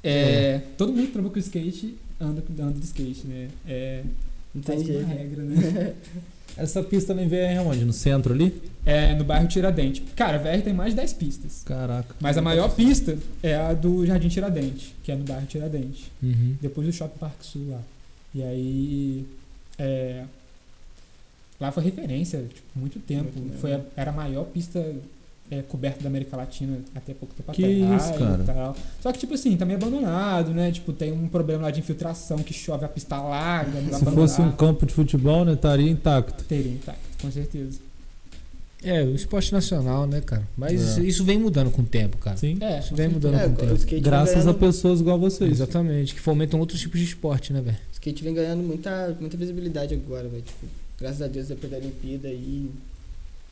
É, Todo mundo que trabalha com skate anda, anda de skate, né? É. Não tem Faz uma jeito. regra, né? Essa pista também veio aonde? No centro ali? É, no bairro Tiradentes. Cara, VR tem mais de 10 pistas. Caraca. Mas a maior pista é a do Jardim Tiradentes, que é no bairro Tiradentes. Uhum. depois do Shopping Parque Sul lá. E aí. é, lá foi referência, tipo, muito tempo. Muito tempo. foi a- era a maior pista é, coberta da América Latina até pouco tempo Que atrás. isso, e cara. tal. Só que, tipo assim, tá meio abandonado, né? Tipo, tem um problema lá de infiltração que chove, a pista <laughs> larga, Se fosse um campo de futebol, né? Estaria intacto. Teria intacto, com certeza. É, o esporte nacional, né, cara? Mas É. isso vem mudando com o tempo, cara. Sim. É, Isso vem mudando É, com o o tempo. skate vem Graças a ganhando, pessoas igual vocês. Exatamente, que fomentam outros tipos de esporte, né, velho? o skate vem ganhando muita, muita visibilidade agora, velho. Tipo, graças a Deus, depois da Olimpíada aí,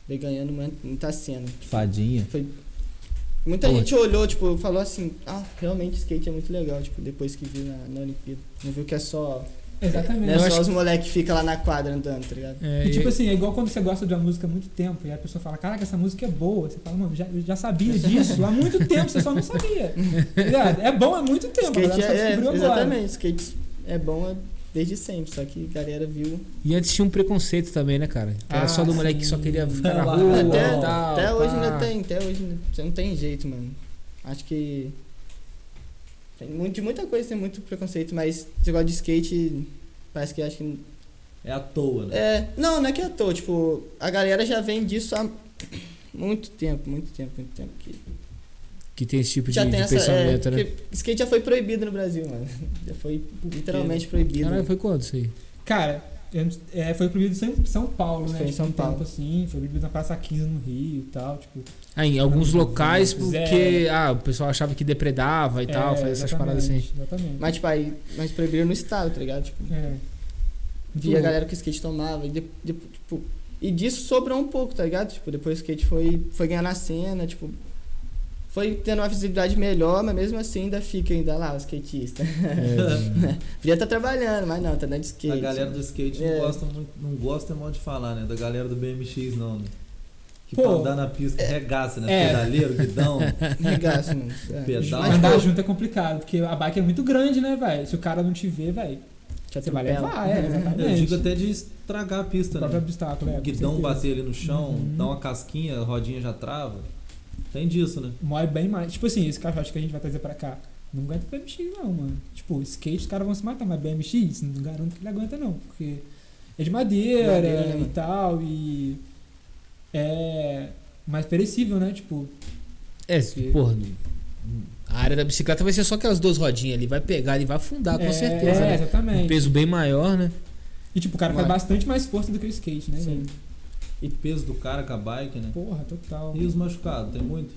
vem ganhando mu- muita cena. Fadinha. Foi. Muita Pô. gente olhou, tipo, falou assim, ah, realmente skate é muito legal, tipo, depois que viu na, na Olimpíada. Não viu que é só. exatamente. Não é Eu só acho os moleques que ficam lá na quadra andando, tá ligado? É, E tipo e- assim, é igual quando você gosta de uma música há muito tempo e a pessoa fala, caraca, essa música é boa. Você fala, mano, já, eu <laughs> já sabia disso há muito tempo, você só não sabia. Tá ligado? é bom há muito tempo, skate agora é, só é, descobriu agora. exatamente, skate é bom é, desde sempre, só que a galera viu. E antes tinha um preconceito também, né, cara? Que era Ah, só do moleque que só sim. queria ficar na Lá, rua. lá, e até tal, até hoje pá. ainda tem, até hoje ainda- você não tem jeito, mano. Acho que. Tem muito, de muita coisa, tem muito preconceito, mas esse negócio de skate parece que acho que É à toa, É, não, não é que é à toa, tipo, a galera já vem disso há muito tempo, muito tempo, muito tempo. Que Que tem esse tipo de, já tem de essa. É, pensamento, né? porque skate já foi proibido no Brasil, mano. <laughs> Já foi literalmente proibido. Caralho, foi quando isso aí? Cara, eu não- é, foi proibido em São- São Paulo, né? Foi em Tipo, São um Paulo. Tempo, assim, foi proibido na Praça 15 no Rio e tal. Tipo, Ah, em alguns Não, locais, zero. porque ah, o pessoal achava que depredava e tal, é, fazia essas exatamente, paradas assim. Exatamente. Mas, tipo, aí, mas proibiram no estado, tá ligado? Tipo, É. via a Uhum. galera que o skate tomava. E, de- de- tipo, e disso sobrou um pouco, tá ligado? Tipo, depois o skate foi, foi ganhando a cena, tipo. Foi tendo uma visibilidade melhor, mas mesmo assim ainda fica ainda lá, o skatista. É. <laughs> Podia estar trabalhando, mas não, tá dando skate. A galera né? do skate É. não gosta muito, não gosta é mal de falar, né? Da galera do BMX não, né? Que Pô. pra andar na pista regaça, né? É. Pedaleiro, <laughs> guidão. <laughs> Regaço, mano. isso é. Pedal. Mas andar junto é complicado, porque a bike é muito grande, né, velho? Se o cara não te ver, velho, Te você vai atropela. levar, é, exatamente. Eu digo até de estragar a O pista, próprio né? obstáculo, é. O com guidão certeza. bater ali no chão, Uhum. dá uma casquinha, a rodinha já trava. Tem disso, né? Morre bem mais. Tipo assim, esse caixote que a gente vai trazer pra cá. Não aguenta BMX, não, mano. Tipo, skate os caras vão se matar, mas BMX, não garanto que ele aguenta, não. Porque é de madeira, Madeira, né, e mano? tal, e. É. Mais perecível, né? Tipo, É, Sim. porra. A área da bicicleta vai ser só aquelas duas rodinhas ali, vai pegar e vai afundar, com é, certeza. É, né? Um exatamente. peso bem maior, né? E tipo, o cara faz Vai. bastante mais força do que o skate, né? Sim. velho? E peso do cara com a bike, né? Porra, total. E os machucados, tem muito?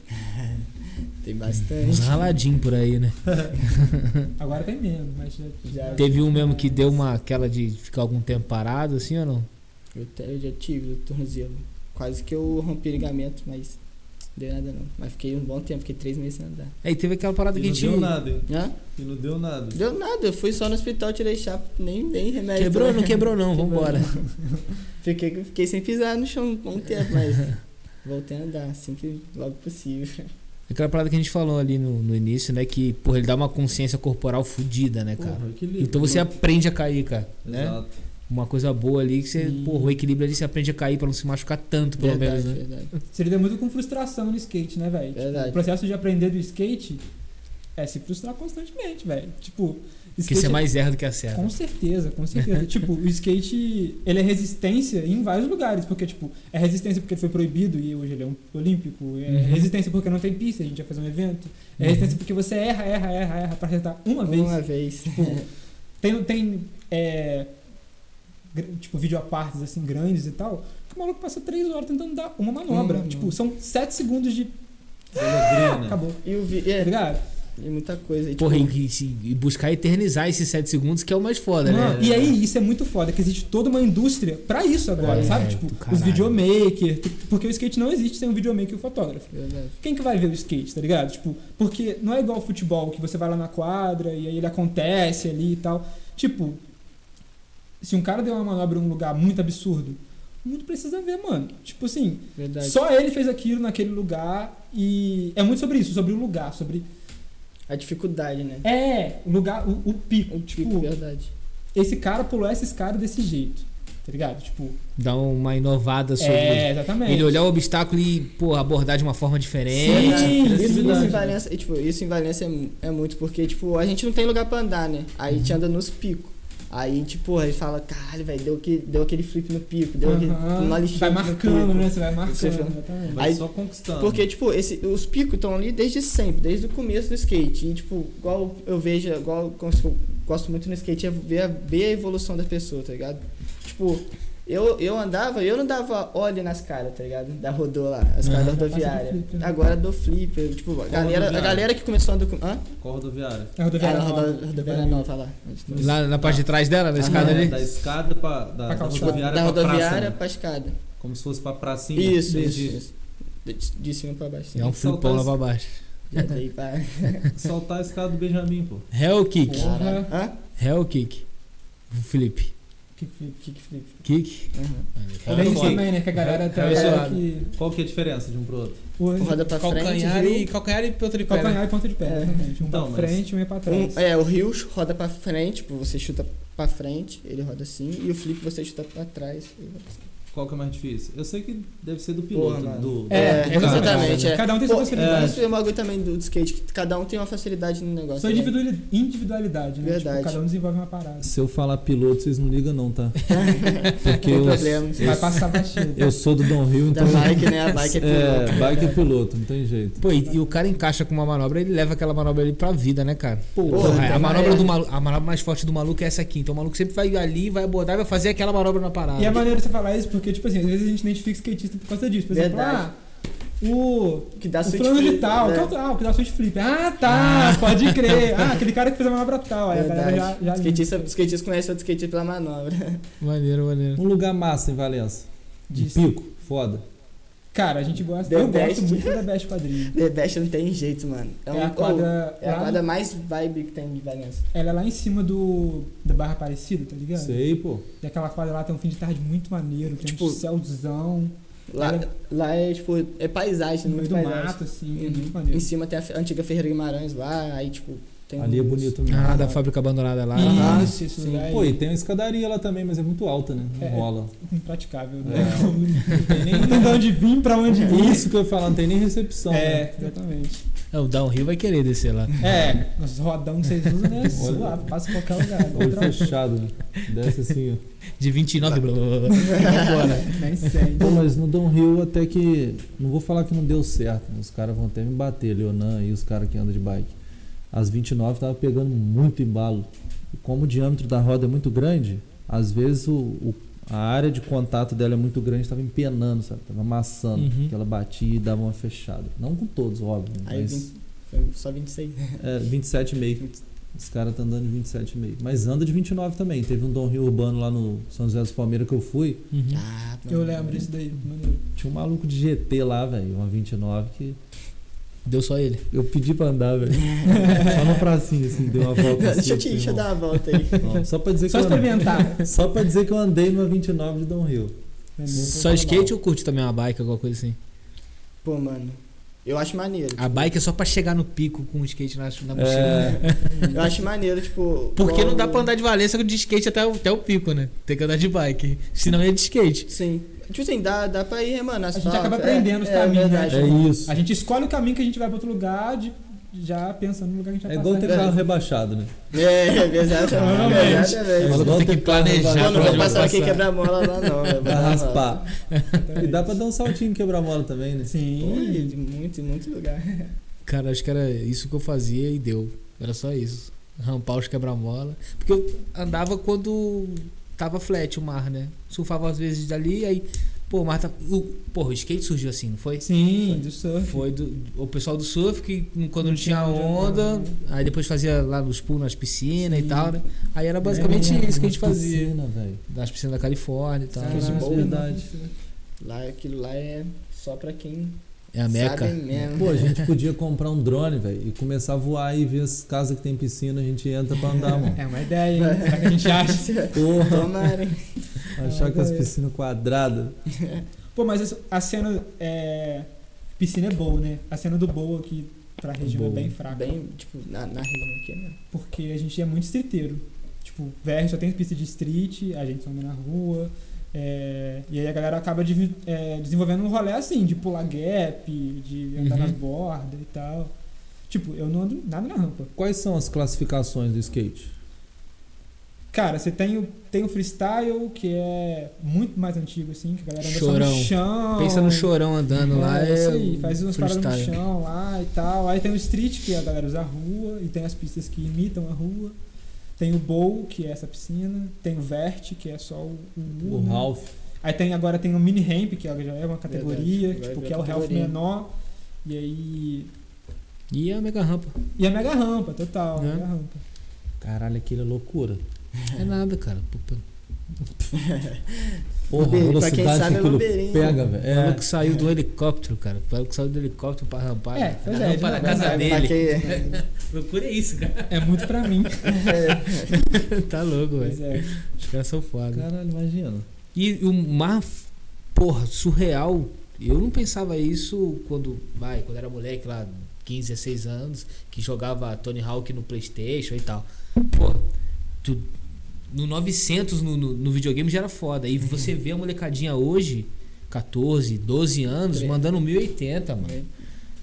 Tem Uns bastante. raladinhos por aí, né? Agora tem menos, mas já. Já Teve um mesmo que deu uma aquela de ficar algum tempo parado, assim ou não? Eu, te- eu já tive o tornozelo. Quase que eu rompi o ligamento, mas não deu nada não. Mas fiquei um bom tempo, fiquei três meses sem andar. Aí É, teve aquela parada E que a não gente. deu nada, hein? Hã? E não deu nada. Deu nada, eu fui só no hospital, tirei chapa, nem, nem remédio. É, Quebrou, não quebrou não, Quebrou, vambora. Fiquei, fiquei sem pisar no chão um bom tempo, mas voltei a andar assim que logo possível. Aquela parada que a gente falou ali no, no início, né? Que, porra, ele dá uma consciência corporal fodida, né, cara? é Porra, que lindo. Então você aprende a cair, cara. Né? Exato. uma coisa boa ali que você, Hum. porra, o equilíbrio ali você aprende a cair pra não se machucar tanto, pelo verdade, menos, né? verdade. Você lida muito com frustração no skate, né, É. velho? Tipo, Verdade. o processo de aprender do skate é se frustrar constantemente, velho. Tipo, Porque você é- mais erra do que acerta. Com certeza, com <laughs> certeza. tipo, o skate, ele é resistência em vários lugares, porque, tipo, é resistência porque ele foi proibido e hoje ele é um olímpico, é Uhum. resistência porque não tem pista, a gente vai fazer um evento, é Uhum. resistência porque você erra, erra, erra, erra pra acertar uma vez. Uma vez. Tipo, Tem, tem é, gr- tipo, vídeo a partes, assim, grandes e tal, que o maluco passa três horas tentando dar uma manobra. Uhum. Uma tipo, manobra. são sete segundos de... Alegria, né? Acabou, <laughs> E o vi... tá é, ligado? e muita coisa. E, Porra, tipo, e, e se- e buscar eternizar esses 7 segundos que é o mais foda, né? Mano, e aí, isso é muito foda, que existe toda uma indústria pra isso agora, É, sabe? do Tipo, os caralho. videomakers, porque o skate não existe sem o videomaker e o fotógrafo. Verdade. Quem que vai ver o skate, tá ligado? Tipo, porque não é igual ao futebol, que você vai lá na quadra e aí ele acontece ali e tal. Tipo, se um cara deu uma manobra em um lugar muito absurdo, muito precisa ver, mano. Tipo assim, Verdade. só ele fez aquilo naquele lugar e é muito sobre isso, sobre o lugar, sobre... A dificuldade, né? É, o lugar, o, o pico, O tipo... tipo, verdade. esse cara pulou esses caras desse jeito, tá ligado? Tipo, Dá uma inovada sobre. é, exatamente. Ele um olhar o obstáculo e, porra, abordar de uma forma diferente. Sim, Isso, isso verdade. em Valença, e, tipo, isso em Valença é, mu- é muito porque, tipo, a gente não tem lugar pra andar, né? Aí a gente anda nos picos. Aí, tipo, aí fala, caralho, velho, deu, que, deu aquele flip no pico, deu um aquele Aham. uma lixinha Vai no marcando, pico. né? Você vai tipo, Você marcando, vai- exatamente. Vai Aí- só conquistando. Porque, tipo, esse, os picos estão ali desde sempre, desde o começo do skate. E, tipo, igual eu vejo, igual como se eu gosto muito no skate, é ver, a- ver a evolução da pessoa, tá ligado? Tipo, eu, eu andava, eu não dava óleo nas caras, tá ligado? Da rodô lá, as caras da Agora passa do rodoviária. flip, né? Agora dou flip, eu, tipo, a galera, a rodoviária? galera que começou a andar com... Hã? Qual rodoviária? É A rodoviária Ah, na nova, rodo- rodoviária nova lá. Lá na parte de trás dela, na Aham. escada É, ali. Da escada pra. Da, Pra da calçada. rodoviária da pra rodoviária praça. né? pra escada. Como se fosse pra pracinha. Isso, isso, Entendi. isso. De, de cima pra baixo. sim. É um flipão lá pra baixo. Já dei pra... Saltar a escada do Benjamin, pô. Hell kick. Porra. Hã? Hell kick. Flip. Kickflip, kickflip. Kick. Uhum. Roda Tem isso fora. também, né? Que a galera tá É, é, isolado. que... Qual que é a diferença de um pro outro? Hoje, Roda pra Calcanhar frente. e, calcanhar e ponta de pé. né? calcanhar e ponta de pé, É. exatamente. Um Então, pra mas- frente, um é pra trás. Um, é, o rio roda pra frente, tipo, você chuta pra frente, ele roda assim, e o flip você chuta pra trás. ele roda assim. Qual que é mais difícil? Eu sei que deve ser do piloto. Porra, do, É, do- exatamente, é. Cada um tem sua Pô, facilidade. Isso é um bagulho também do, do skate, que cada um tem uma facilidade no negócio. Sua né? individuali- individualidade, né? Verdade. Tipo, cada um desenvolve uma parada. Se eu falar piloto, vocês não ligam não, <laughs> tá? Não Porque tem eu, problema. Vai passar batido. eu sou do Dom Rio, <laughs> Da então... bike, né? A bike é tudo. É, bike é piloto, não tem jeito. Pô, e, e o cara encaixa com uma manobra, ele leva aquela manobra ali pra vida, né, cara? Porra, Porra, a, então manobra é- do malu- a manobra mais forte do maluco é essa aqui. Então o maluco sempre vai ali, vai abordar e vai fazer aquela manobra na parada. E é maneiro você falar isso, porque, tipo assim, às vezes a gente identifica skatista por causa disso. Por exemplo, Verdade. ah, o Que dá O switch fulano de flip, tal, né? que é o tal, que dá switch flip. Ah, tá, pode crer. Ah, aquele cara que fez a manobra tal. Aí a galera é, já, Verdade. já Skatista, skatista conhece outro skatista pela manobra. <laughs> Maneiro, maneiro. Um lugar massa em Valença. De diz. pico, foda. Cara, a gente gosta. The eu best. gosto muito da Best Quadrilha. The Best não tem jeito, mano. É, um- a quadra. oh, é a lá- quadra mais vibe que tem de Valença. Ela é lá em cima do. Da Barra Aparecida, tá ligado? Sei, pô. E aquela quadra lá tem um fim de tarde muito maneiro, tem um Tipo, céuzão. Lá, Ela- lá é tipo, é paisagem, No meio muito do paisagem. mato, assim, é Uhum. muito maneiro. Em cima tem a fe- antiga Ferreira Guimarães lá, aí tipo, tem Ali é uns- bonito mesmo. Ah, da fábrica abandonada lá. Aham. Isso, isso Ah, Sim. daí. Pô, e tem uma escadaria lá também, mas é muito alta, né? Não É. rola. Impraticável, né? É. <laughs> Não tem nem- Não dá onde vir, pra <laughs> onde ir. Isso que eu ia falar, não tem nem recepção, É, né? exatamente. É, o Downhill vai querer descer lá. É, os rodão que vocês usam, né? <laughs> Olha. Suave, passa em qualquer lugar. Tá Olho Outra- fechado, né? Desce assim, ó. De 29. blá, blá, blá, blá. Nem sei. Pô, mas no Dom Rio até que. Não vou falar que não deu certo. né? Os caras vão até me bater, Leonan e os caras que andam de bike. As 29 tava pegando muito embalo. E como o diâmetro da roda é muito grande, às vezes o, o- a área de contato dela é muito grande, tava empenando, sabe? Tava amassando. Uhum. Que ela batia e dava uma fechada. Não com todos, óbvio. Aí mas vinte- foi só 26. é, 27,5. Os caras estão andando de 27,5. Mas anda de 29 também. Teve um Dom Rio urbano lá no São José dos Palmeiras que eu fui. Uhum. Ah, Eu lembro disso daí, maneiro. Tinha um maluco de GT lá, velho, uma 29, que Deu só ele. eu pedi pra <laughs> andar, velho. <laughs> só na pracinha, assim, deu uma volta assim. Deixa eu, te, falei, deixa eu "Não, dar uma volta aí. não, Só pra dizer Só que eu andei- <laughs> experimentar. Só pra dizer que eu andei numa 29 de Don Rio. É Só skate ou curte também uma bike, alguma coisa assim? Pô, mano. Eu acho maneiro. Ah, A bike é só pra chegar no pico com o skate na, na Tá mochila. né? É, Eu acho maneiro, tipo. Porque igual- não dá pra andar de Valença de skate até, o- até o pico, né? Tem que andar de bike. Senão ia de skate. Sim. Tipo assim, dá, dá pra ir remando. gente asfalto, acaba é- aprendendo os é caminhos, né? verdade. é isso. A gente escolhe o caminho que a gente vai pra outro lugar, de- já pensando no lugar tá que a gente É vai igual ter passar. carro rebaixado, né? É, verdade. Provavelmente. Exatamente. Falou que igual tem que ter carro planejar pra Eu não onde vou vai passar aqui passar. quebrar a mola lá, não. né? Pra raspar. E Exatamente. dá pra dar um saltinho em quebra-mola também, né? Sim. Ui, de muito, muito lugar. Cara, acho que era isso que eu fazia e deu. Era só isso. Rampar os quebra-mola. Porque eu andava quando tava flat o mar, né? Surfava às vezes dali, aí. Pô, o mar tá. O, porra, o skate surgiu assim, não foi? Sim, do surf. Foi do, o pessoal do surf que quando não, Não tinha, tinha onde onda, andar, né? aí depois fazia lá nos pools, nas piscinas e Sim. tal, né? Aí era basicamente É, isso que a gente uma fazia. Piscina, velho. Nas piscinas da Califórnia e tal. Tá. Sim. né? Caraca, Caralho, verdade. Lá, aquilo lá é só pra quem É a Meca. sabe mesmo. <laughs> Pô, a gente podia comprar um drone, velho, e começar a voar e ver as casas que tem piscina, a gente entra pra andar, <laughs> mano. É uma ideia, hein? Será que a gente acha? Porra, Tomara. hein? achar que as piscinas quadradas. Pô, mas essa- a cena. É... Piscina é boa, né? A cena do boa aqui pra região Boa. é bem fraca. Bem, tipo, na, na região aqui né? mesmo. Porque a gente é muito streeteiro. Tipo, VR só tem pista de street, a gente só anda na rua. é, E aí a galera acaba de- é, desenvolvendo um rolê assim, de pular gap, de andar Uhum. nas bordas e tal. Tipo, eu não ando nada na rampa. Quais são as classificações do skate? Cara, você tem o, tem o freestyle, que é muito mais antigo, assim, que a galera anda só Chorão. no chão. Pensa no chorão andando lá. É, isso É aí, faz umas paradas no freestyle. chão lá e tal. Aí tem o street, que a galera usa a rua, e tem as pistas que imitam a rua. Tem o bowl, que é essa piscina. Tem o vert, que é só o, o muro, O Uhum. né? Ralph. Aí tem, agora tem o mini ramp, que já é uma categoria, Verdade, tipo, agora que é virou o health categoria. menor. E aí... E é a mega rampa. E a mega rampa, total, a Né? mega rampa. Caralho, aquilo é loucura. É nada, cara. Pô, pelo- Porra, a Uber, pra quem velocidade sabe que é aquilo Uberinho. pega, velho. O É. maluco saiu do helicóptero, cara. O maluco saiu do helicóptero pra rampar. É, na pois é, rampa de da novo. casa Pra dele. quem- Loucura é isso, cara. É muito pra mim. <laughs> tá louco, Pois velho. é. Os caras são foda. Caralho, imagina. E o mar, porra, surreal. Eu não pensava isso quando, vai, quando era moleque lá, 15, 16 anos, que jogava Tony Hawk no Playstation e tal. Porra, tu, no 900 no, no, no videogame já era foda. Uhum. E você vê a molecadinha hoje, 14, 12 anos, Tre- mandando 1080, mano.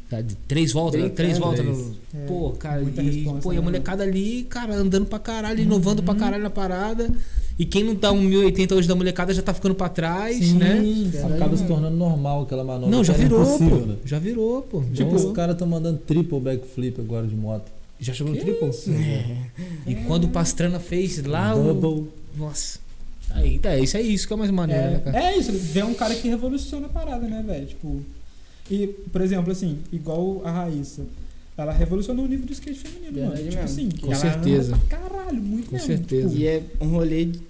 Tá, de Três voltas, né? Brincando, três voltas. três. no- É, Pô, cara, muita e, responsa, pô, e a né? molecada ali, cara, andando pra caralho, inovando pra Uhum. caralho na parada. E quem não tá um 1080 hoje da molecada já tá ficando pra trás, Sim, né? cara. Acaba se tornando normal aquela manobra. Não, já que era virou, impossível, pô. uhum. né? Já virou, pô. Já Tipo, virou. os caras estão mandando triple backflip agora de moto. Já chegou no Que triple? isso? É. E quando o Pastrana fez lá o. Double. Nossa. Aí, tá, isso é isso que é mais maneiro, né, cara? É, é isso, vê um cara que revoluciona a parada, né, velho? Tipo. E, por exemplo, assim, igual a Raíssa. Ela revolucionou o nível do skate feminino, mano. Verdade Tipo mesmo. assim, que Com ela certeza. anda pra caralho, muito Com mesmo. certeza. <laughs> Tipo, E é um rolê de-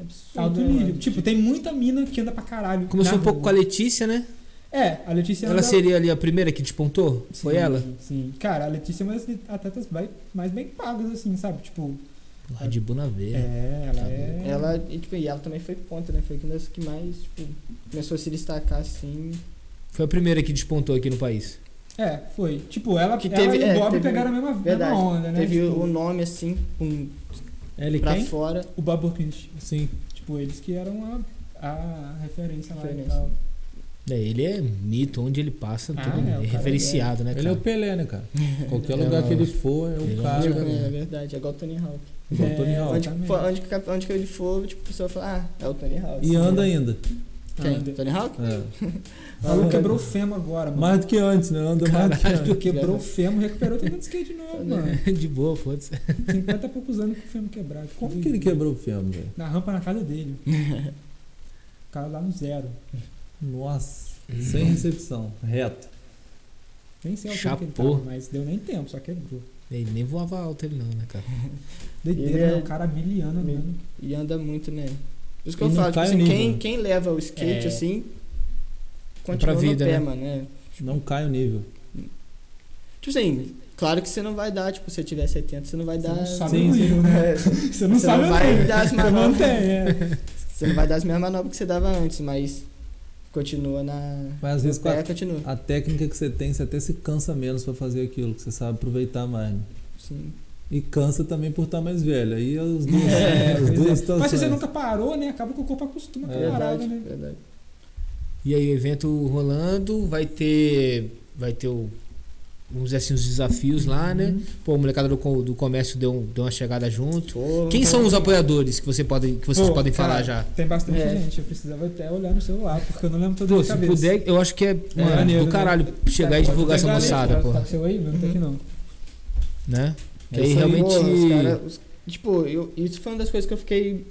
absurdo. alto né, nível. mano? Tipo, tem muita mina que anda pra caralho. Começou na um pouco rua. com a Letícia, né? É, a Letícia Ela anda- seria ali a primeira que despontou? Foi Sim, ela? Sim. Cara, a Letícia é uma das atletas bai- mais bem pagas, assim, sabe? Tipo. Red Bull na veia. É, ela é. Ela, e, tipo, e ela também foi ponta, né? Foi uma das que mais, tipo, começou a se destacar assim. Foi a primeira que despontou aqui no país. É, foi. Tipo, ela, Que ela teve- e o é, Bob teve- pegaram a mesma, verdade. mesma onda, né? Teve Tipo, o nome assim, pum, Ele pra quem? fora. o Bob Burkins. Sim. Tipo, eles que eram a, a referência lá e Referência. tal. É, ele é mito, onde ele passa, Ah, todo é, o é cara referenciado, né, cara? Ele é o Pelé, né, cara? Qualquer <laughs> Ele é lugar o- que ele for, é o ele é o- cara. Tipo, é velho. verdade, é igual o Tony Hawk. Igual o Tony É, Hawk. Onde, Exatamente. for- onde, que- onde que ele for, tipo, a pessoa fala, ah, é o Tony Hawk. E anda ainda. Quem? Anda. Tony Hawk? É. Ah, O maluco quebrou o fêmur agora, mano. Mais do que antes, né? Anda mais do que antes. Tu quebrou o fêmur, recuperou tentando skate de Tá novo, mano. <laughs> De boa, foda-se. 50 e poucos anos com o fêmur quebrado. Como que ele quebrou o fêmur, velho? Na rampa na casa dele. O cara lá no zero. Nossa, sem Uhum. recepção, reto. Nem sei o que ele Chapou. tava, mas deu nem tempo, só quebrou. Ele nem voava alto ele não, né, cara? Doideira, Ele é- né? O cara miliano Ele- <laughs> andando. E anda muito, né? Por isso que E eu não falo, tipo cai o assim, nível, quem, né? quem leva o skate É. assim, continua vida, no né? pé, mano. É. Não cai o nível. Tipo assim, claro que você não vai dar, tipo, se você tiver 70, você não vai Você dar. não sabe Sim, o sim. nível, né? É, Você não <laughs> Você sabe não o vai nível. dar as Você manobras. mantém, é. você não vai dar as mesmas manobras que você dava antes, mas Continua na. Mas às vezes no com pé, a, continua. a técnica que você tem, você até se cansa menos pra fazer aquilo, que você sabe aproveitar mais. né? Sim. E cansa também por estar mais velho. Aí os dois, né? É, as pois é. duas Mas se situações. você nunca parou, né? Acaba que o corpo acostuma com a É. parada, Verdade, né? verdade. E aí, o evento rolando, vai ter. Vai ter o. Vamos dizer assim, os desafios lá, né? Pô, o molecada do, co- do comércio deu, um- deu uma chegada junto. Pô, Quem são os apoiadores que, você pode, que vocês Pô, podem falar cara, já? Tem bastante É. gente. Eu precisava até olhar no celular, porque eu não lembro todo Pô, mundo. se cabeça. puder, eu acho que é, mano, maneiro, do né? caralho chegar e Pode divulgar essa pegar ali, moçada, tá- pô. Tá com seu aí? Não tem aqui não. Né? Que É aí isso aí. realmente. Pô, os cara- os- tipo, eu- isso foi uma das coisas que eu fiquei.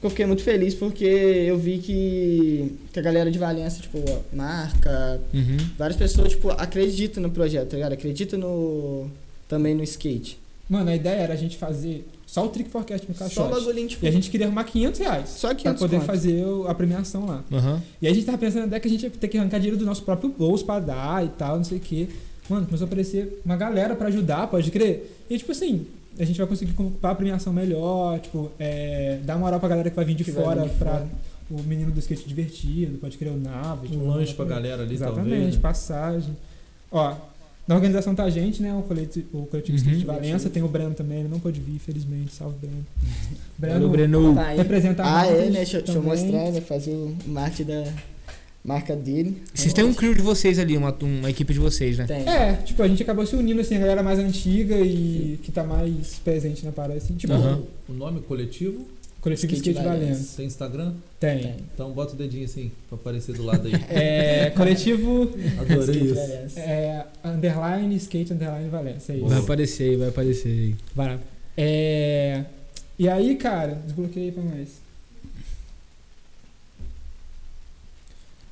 Que eu fiquei muito feliz porque eu vi que, que a galera de Valença, tipo, a marca, Uhum. várias pessoas, tipo, acreditam no projeto, tá ligado? Acreditam no. Também no skate. Mano, a ideia era a gente fazer só o Trick Forecast no Só um caixote. bagulhinho, tipo. e a gente queria arrumar 500 reais. Só Pra 500 poder conto. fazer o- a premiação lá. Aham. E aí a gente tava pensando até que a gente ia ter que arrancar dinheiro do nosso próprio bolso pra dar e tal, não sei o quê. Mano, começou a aparecer uma galera pra ajudar, pode crer. E tipo assim, a gente vai conseguir comprar a premiação melhor, tipo, é, dar moral pra galera que vai vir de Que vai fora vir de pra fora. o menino do skate divertido, pode crer o nave. tipo, Um lanche pra uma- galera ali, Exatamente, talvez. né? passagem. Ó, na organização tá a gente, né? O coletivo, o coletivo Uhum. Skate de Valença, tem o Breno também, ele não pôde vir, infelizmente. Salve, <laughs> Breno. Valeu, Breno. Tá aí. representar a Ah, marca é, né? Deixa, deixa eu também. mostrar, né? Fazer o marketing da marca dele. Vocês têm um crew de vocês ali, uma, uma equipe de vocês, né? Tem. É, tipo, a gente acabou se unindo, assim, a galera mais antiga e que tá mais presente na parada, assim, tipo, Aham. O nome coletivo coletivo Skate Skate, de Valença. tem Instagram? Tem. Tem. Então bota o dedinho assim pra aparecer do <laughs> lado aí. <laughs> É, coletivo Adorei Skate isso. Valença. é, underline skate underline Valença, é isso. Vai aparecer aí, vai aparecer aí. Vai lá. É, e aí, cara, desbloqueei aí pra nós.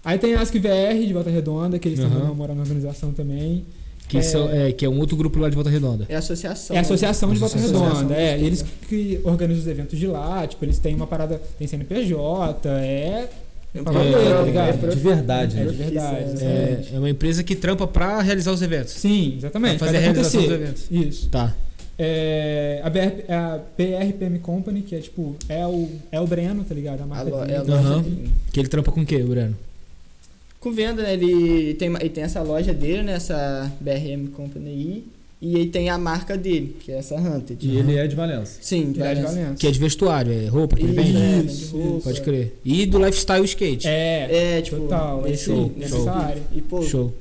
Aí tem a Ask VR de Volta Redonda, que eles estão Aham. dando uma moral na organização também. Que, É. São, é, que é um outro grupo lá de Volta Redonda. É a associação. É a Associação de Volta Associação. Redonda, Associação é. de Eles skate, que organizam os eventos de lá, tipo, eles têm uma parada, tem CNPJ, é. É um Valeu, programa, tá ligado? é pro- De verdade, É né? de verdade. É, É, exatamente. é uma empresa que trampa pra realizar os eventos. Sim, exatamente. pra fazer a realização dos acontecer. eventos. Isso. Tá. É, a, BR, é a BRPM Company, que é tipo, é o, é o Breno, tá ligado? A A marca lo- dele. é a loja Aham. dele. Que ele trampa com o quê, Breno? Com venda, né? Ele tem, ele tem essa loja dele, né? Essa BRM Company aí. E aí tem a marca dele, que é essa Hunted. E ele é de Valença. Sim, Que é de várias- Valença. Que é de vestuário, é roupa que ele Isso, vende? é, Isso, de roupa. Pode crer. E do lifestyle skate. É, É, tipo, Total, é nesse, show, nesse show. pique. E, pô, Show.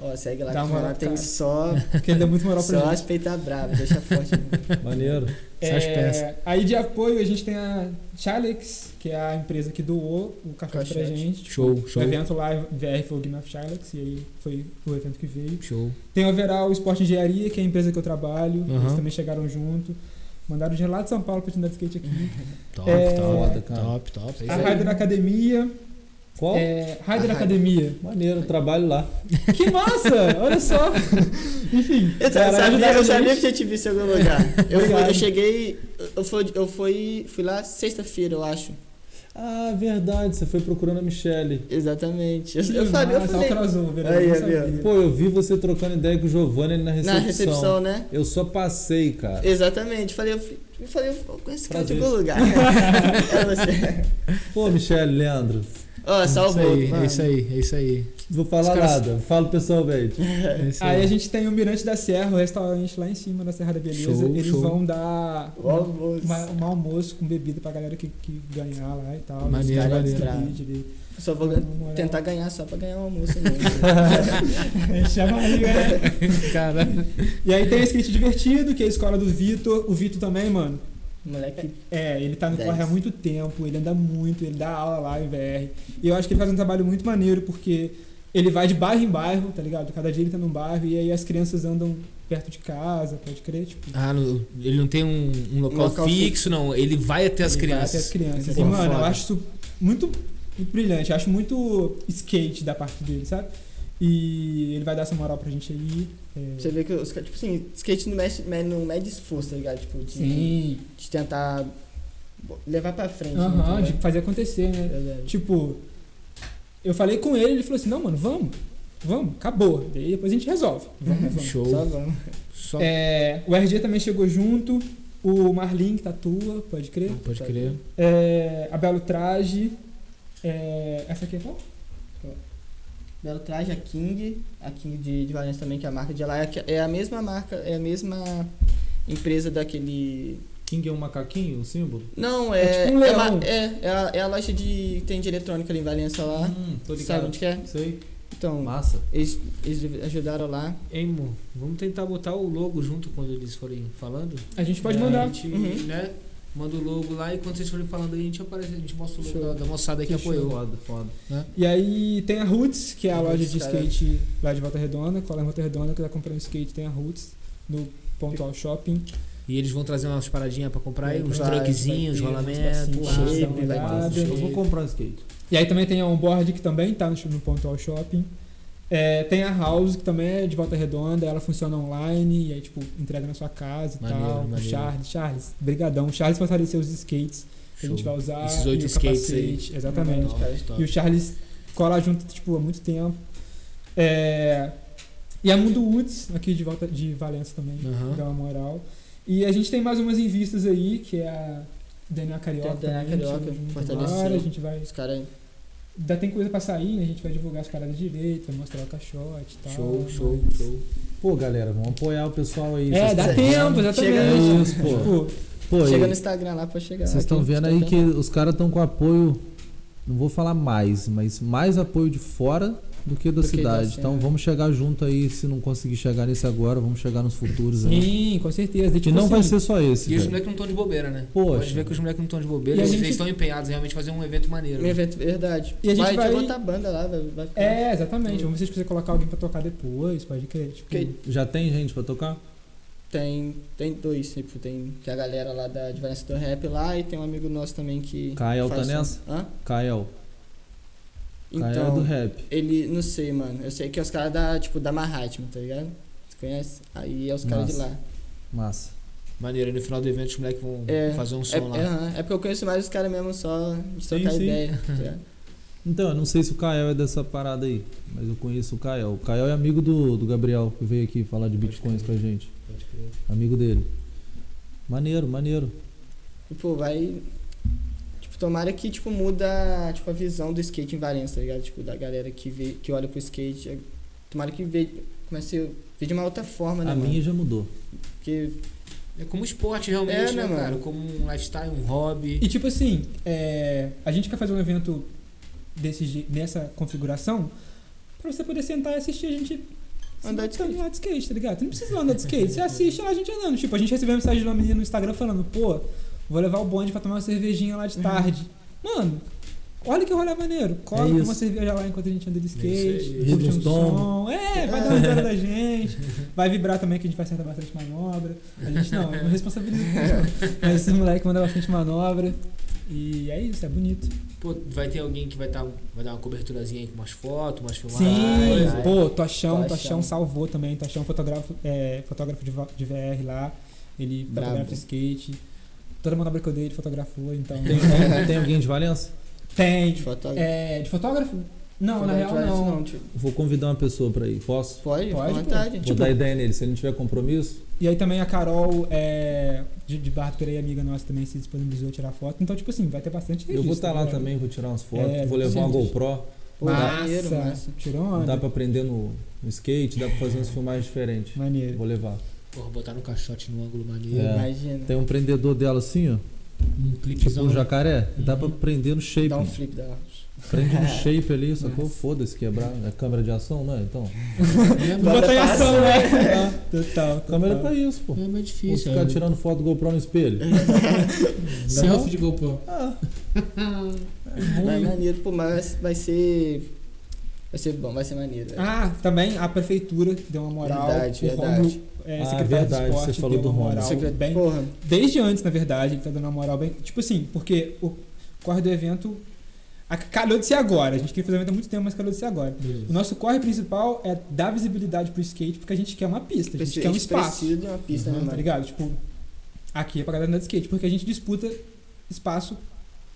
ó, segue lá Dá que uma lá olhada, tem cara. <laughs> só, que ele dá muito moral pra É. só gente. as peitas bravas, deixa <laughs> forte. né? Maneiro. Só as peças. É, aí de apoio a gente tem a Chalex, que é a empresa que doou o caixote pra Caixote. gente. Show, show. O evento lá, VR, foi o Game of Chalex, e aí foi o evento que veio. Show. Tem o Overall Esporte Engenharia, que é a empresa que eu trabalho. Eles Aham. também chegaram junto. Mandaram de lá de São Paulo pra te dar de skate aqui. Top, É, Foda, top, cara. top, top. É a isso aí. Raider Academia. Qual? É, Raider A Academia. Maneiro, eu trabalho lá. Que massa! Olha só! <laughs> Enfim. Eu, cara, sabia, ajudaram eu a sabia gente. que tinha te visto em algum lugar. Eu, fui- Obrigado. eu cheguei, eu, fui, eu fui, fui lá sexta-feira, eu acho. Ah, verdade, você foi procurando a Michelle. Exatamente. Eu, Que eu falei, eu massa, falei olha o crossover, Aí, eu não aí, sabia. ó. Pô, eu vi você trocando ideia com o Giovanni na recepção. na recepção, né? Eu só passei, cara. Exatamente. Falei, eu, fui- eu falei, eu conheço esse cara de Prazer. <laughs> algum lugar. é você. Pô, Michelle, Leandro, Ó, salvou. É isso aí, é isso aí, é isso não vou falar Os caras- nada. Falo pessoalmente. né? aí. É isso Aí a gente tem o Mirante da Serra, o restaurante lá em cima da Serra da Beleza. Show, Eles show. vão dar O almoço. uma- um almoço com bebida pra galera que, que ganhar lá e tal. Maneiro, Os caras maneiro. distribuem direito. Só vou Dá uma moral. tentar ganhar só pra ganhar o almoço mesmo. <laughs> <laughs> A gente chama aí, né? <laughs> Caralho. E aí tem o skate divertido, que é a escola do Vitor. O Vitor também, mano. Moleque. É, ele tá no Dez. corre há muito tempo, ele anda muito, ele dá aula lá em VR. E eu acho que ele faz um trabalho muito maneiro, porque ele vai de bairro em bairro, tá ligado? Cada dia ele tá num bairro, e aí as crianças andam perto de casa, pode crer, tipo. Ah, no- ele não tem um, um local, Local fixo, fixo. não. Ele vai até as ele vai até crianças. as crianças. Pô, E, mano, eu foda. acho isso muito, muito brilhante, eu acho muito skate da parte dele, sabe? E ele vai dar essa moral pra gente aí. é. Você vê que os caras, tipo assim, skate não mede, não mede esforço, tá ligado? Tipo, de, Sim. de tentar bo- levar pra frente. né, Aham, tá de ligado? fazer acontecer, né? Verdade. Tipo, eu falei com ele, ele falou assim, não, mano, vamos, vamos, acabou. Daí depois a gente resolve. Vamos, vamos. Show. Só vamos. Só- É, o RG também chegou junto, o Marlin que tatua, pode crer. Pode crer. É, a Belo Traje. é, essa aqui é qual? Belo Traje, a King, a King de, de Valença também, que é a marca de lá. É a que- É a mesma marca, é a mesma empresa daquele. King é um macaquinho, um símbolo? Não, É é. tipo um é, uma- leão. é, é a, é a loja de. Tem de eletrônica ali em Valença lá. Hum, tô Ah, Sabe ligado. onde que é? Sei. Então, Massa. eles, eles ajudaram lá. Hein, mo? Vamos tentar botar o logo junto quando eles forem falando. É, A gente pode E mandar. A gente, Uhum. né? Manda o logo lá e quando vocês forem falando aí, a gente aparece, a gente mostra o logo Show. da, da moçada aí que, Que apoiou. Foda, foda. E aí tem a Roots, que é a Roots, loja de cara. skate lá de Volta Redonda. Cola em Volta Redonda, quiser comprar um skate, tem a Roots no Pontual Shopping. E eles vão trazer umas paradinhas pra comprar aí, Vai, uns vai drugzinhos, ter uns rolamentos, um passinhos, pá. shape, dá uma vai ter olhada. uns Eu vou comprar um skate. E aí também tem a Onboard, que também tá no, no Pontual Shopping. É, tem a House, que também é de Volta Redonda. Ela funciona online, e aí, tipo, entrega na sua casa e Maneiro, tal. Com o maneiro. Charles, Charles, brigadão. O Charles fortaleceu os skates que a gente é Show. vai usar. Esses oito e o skates aí. capacete, Exatamente. Top, cara. top. E o Charles cola junto, tipo, há muito tempo. É, E a Mundo Woods, aqui de, volta, de Valença também, Aham. dá uma moral. E a gente tem mais umas em vistas aí, que é a Daniel Carioca. Tem é a Daniel também, que Carioca, chegou junto fortaleceu. agora, a gente vai... Os caras. Ainda tem coisa pra sair, né? A gente vai divulgar as paradas direito, vai mostrar o caixote e tal. Show, mas- show, show. Pô, galera, vamos apoiar o pessoal aí. É, vocês dá tão tempo, vendo? exatamente. Chega- Isso, pô. Tipo, Pô, Chega e no Instagram lá pra chegar. tá vocês estão vendo aí que os caras estão com apoio, não vou falar mais, mas mais apoio de fora do que da Do que da cidade. cena. então vamos chegar junto aí, se não conseguir chegar nesse agora, vamos chegar nos futuros aí. sim, com certeza. E, E tipo, não vai assim, ser só esse, E os velho. moleques não estão de bobeira, né? Poxa. Pode ver que os moleques não estão de bobeira. E a Eles gente- estão empenhados em realmente em fazer um evento maneiro. Um né? evento, verdade. E a gente vai, vai- botar a banda lá, vai, vai ficar. É, exatamente. Vamos ver se você colocar alguém pra tocar depois, pode crer. Tipo, Porque Já tem gente pra tocar? tem, tem dois, tipo, tem que a galera lá da Advanced do Rap lá e tem um amigo nosso também que. Kael tá faz som. nessa? Hã? Kael. Kael é do Então, rap. ele, não sei, mano. Eu sei que é os caras da, tipo, da Mahatma, tá ligado? Você conhece? Aí é os caras de Massa. lá. Massa. Maneiro. E no final do evento os moleques vão É, fazer um É, som lá. é, aham, é porque eu conheço mais os caras mesmo só de Sim, trocar sim. ideia. tá ligado? Então, eu não sei se o Kael é dessa parada aí, mas eu conheço o Kael. O Kael é amigo do, do Gabriel, que veio aqui falar de bitcoins com a gente. Pode crer. Amigo dele. Maneiro, maneiro. E, pô, vai. Tipo, tomara que, tipo, muda tipo, a visão do skate em Valença, tá ligado? Tipo, da galera que, vê, que olha pro skate. é- Tomara que vê, comece a ver de uma outra forma, né, A mano? minha já mudou. Porque É como esporte realmente, É, né, né, cara? mano? Como um lifestyle, um hobby. E tipo assim, é, a gente quer fazer um evento desse, je- nessa configuração pra você poder sentar e assistir a gente Andar de sentando lá de skate, tá ligado? Você não precisa andar de skate, você assiste lá a gente andando. Tipo, a gente recebeu uma mensagem de uma menina no Instagram falando, pô, vou levar o bonde pra tomar uma cervejinha Uhum. lá de tarde. Mano, olha que rolê maneiro. É Cola isso. uma cerveja lá enquanto a gente anda de isso skate, aí. curte Ritmo um tom. som. É, vai dar uma risada da gente, vai vibrar também que a gente vai acertar bastante manobra. A gente não, é uma responsabilidade. Mas esse moleque manda bastante manobra. E é isso, é bonito. Pô, vai ter alguém que vai, tá, vai dar uma coberturazinha aí com umas fotos, umas filmagens. Sim, coisa. pô, Tochão, Tochão. Tochão salvou também. Tochão fotógrafo, é, fotógrafo de, va- de VR lá. Ele Brabo. fotografa skate. Toda manobra que eu dei, ele <laughs> fotografou, então. Tem, né? alguém- tem alguém de Valença? Tem. de fotógrafo. É, de fotógrafo? Não, na fotógrafo real faz isso não. tipo, Vou convidar uma pessoa pra ir. Posso? pode, Pode, fica pô. à vontade. tipo, Vou dar ideia nele. Se ele não tiver compromisso, E aí também a Carol é, de, de Barra do Pereira, amiga nossa, também se disponibilizou a tirar foto. Então, tipo assim, vai ter bastante eu vou registro, estar lá né? também, vou tirar umas fotos, É, vou levar uma sim. GoPro. Pô, maneiro, Massa, massa. Tirou onda. Dá pra aprender no, no skate, dá pra fazer umas filmagens diferentes. Maneiro. Vou levar. Porra, botar um caixote num ângulo maneiro. É. Imagina. Tem um prendedor dela assim, ó. Um Tipo clipezão. um jacaré. Dá pra Uhum. prender no shape. Dá um flip da Prende um shape ali, só que eu foda-se quebrar. É câmera de ação, né? Então. É, Vou mas- botar em fácil, ação, <laughs> né? Total. Câmera tá total. pra isso, pô. é mais Vou difícil. ficar é. tirando foto do GoPro no espelho. é Selfie de GoPro. Vai maneiro, pô, mas vai ser. Vai ser bom, vai ser maneiro. velho. Ah, também a prefeitura deu uma moral. Verdade, o verdade. Romulo, é, Ah, secretário verdade, de esporte, você falou deu do uma Romulo. moral Secret- bem. Porra, Desde antes, na verdade, ele tá dando uma moral bem. Tipo assim, porque o corre do evento a- calhou de ser agora. A gente queria fazer o evento há muito tempo, mas calhou de ser agora. O nosso corre principal é dar visibilidade pro skate, porque a gente quer uma pista, a gente quer um espaço. precisa de uma pista, né, Tá mano? ligado? Tipo, aqui é pra galera andar de skate, porque a gente disputa espaço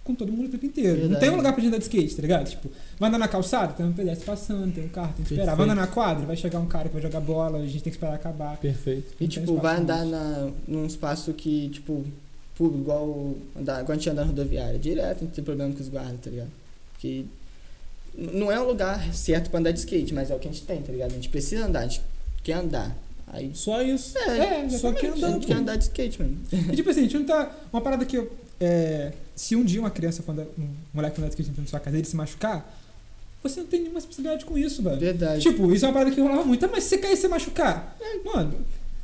com todo mundo o tempo inteiro. Não Verdade. tem um lugar pra gente andar de skate, tá ligado? Tipo, vai andar na calçada, tem um pedestre passando, tem um carro, tem que esperar. Vai Perfeito. andar na quadra, vai chegar um cara que vai jogar bola, a gente tem que esperar acabar. Perfeito. E Não tem um tipo, vai espaço andar mais. na, num espaço que, tipo, público, igual andar, igual a gente andar na rodoviária, direto, não tem problema com os guardas, tá ligado? Porque n- não é um lugar certo pra andar de skate, mas é o que a gente tem, tá ligado? A gente precisa andar, a gente quer andar. Aí. Só isso. É, É, Só que exatamente. a andando. gente quer andar de skate, mano. E tipo assim, a gente não tá. Uma parada que. eu- é, se um dia uma criança, for andar, um moleque for andar de skate na sua casa e ele se machucar, você não tem nenhuma responsabilidade com isso, velho. Verdade. Tipo, isso é uma parada que rolava muito. Ah, mas se você cair e se machucar, É, mano.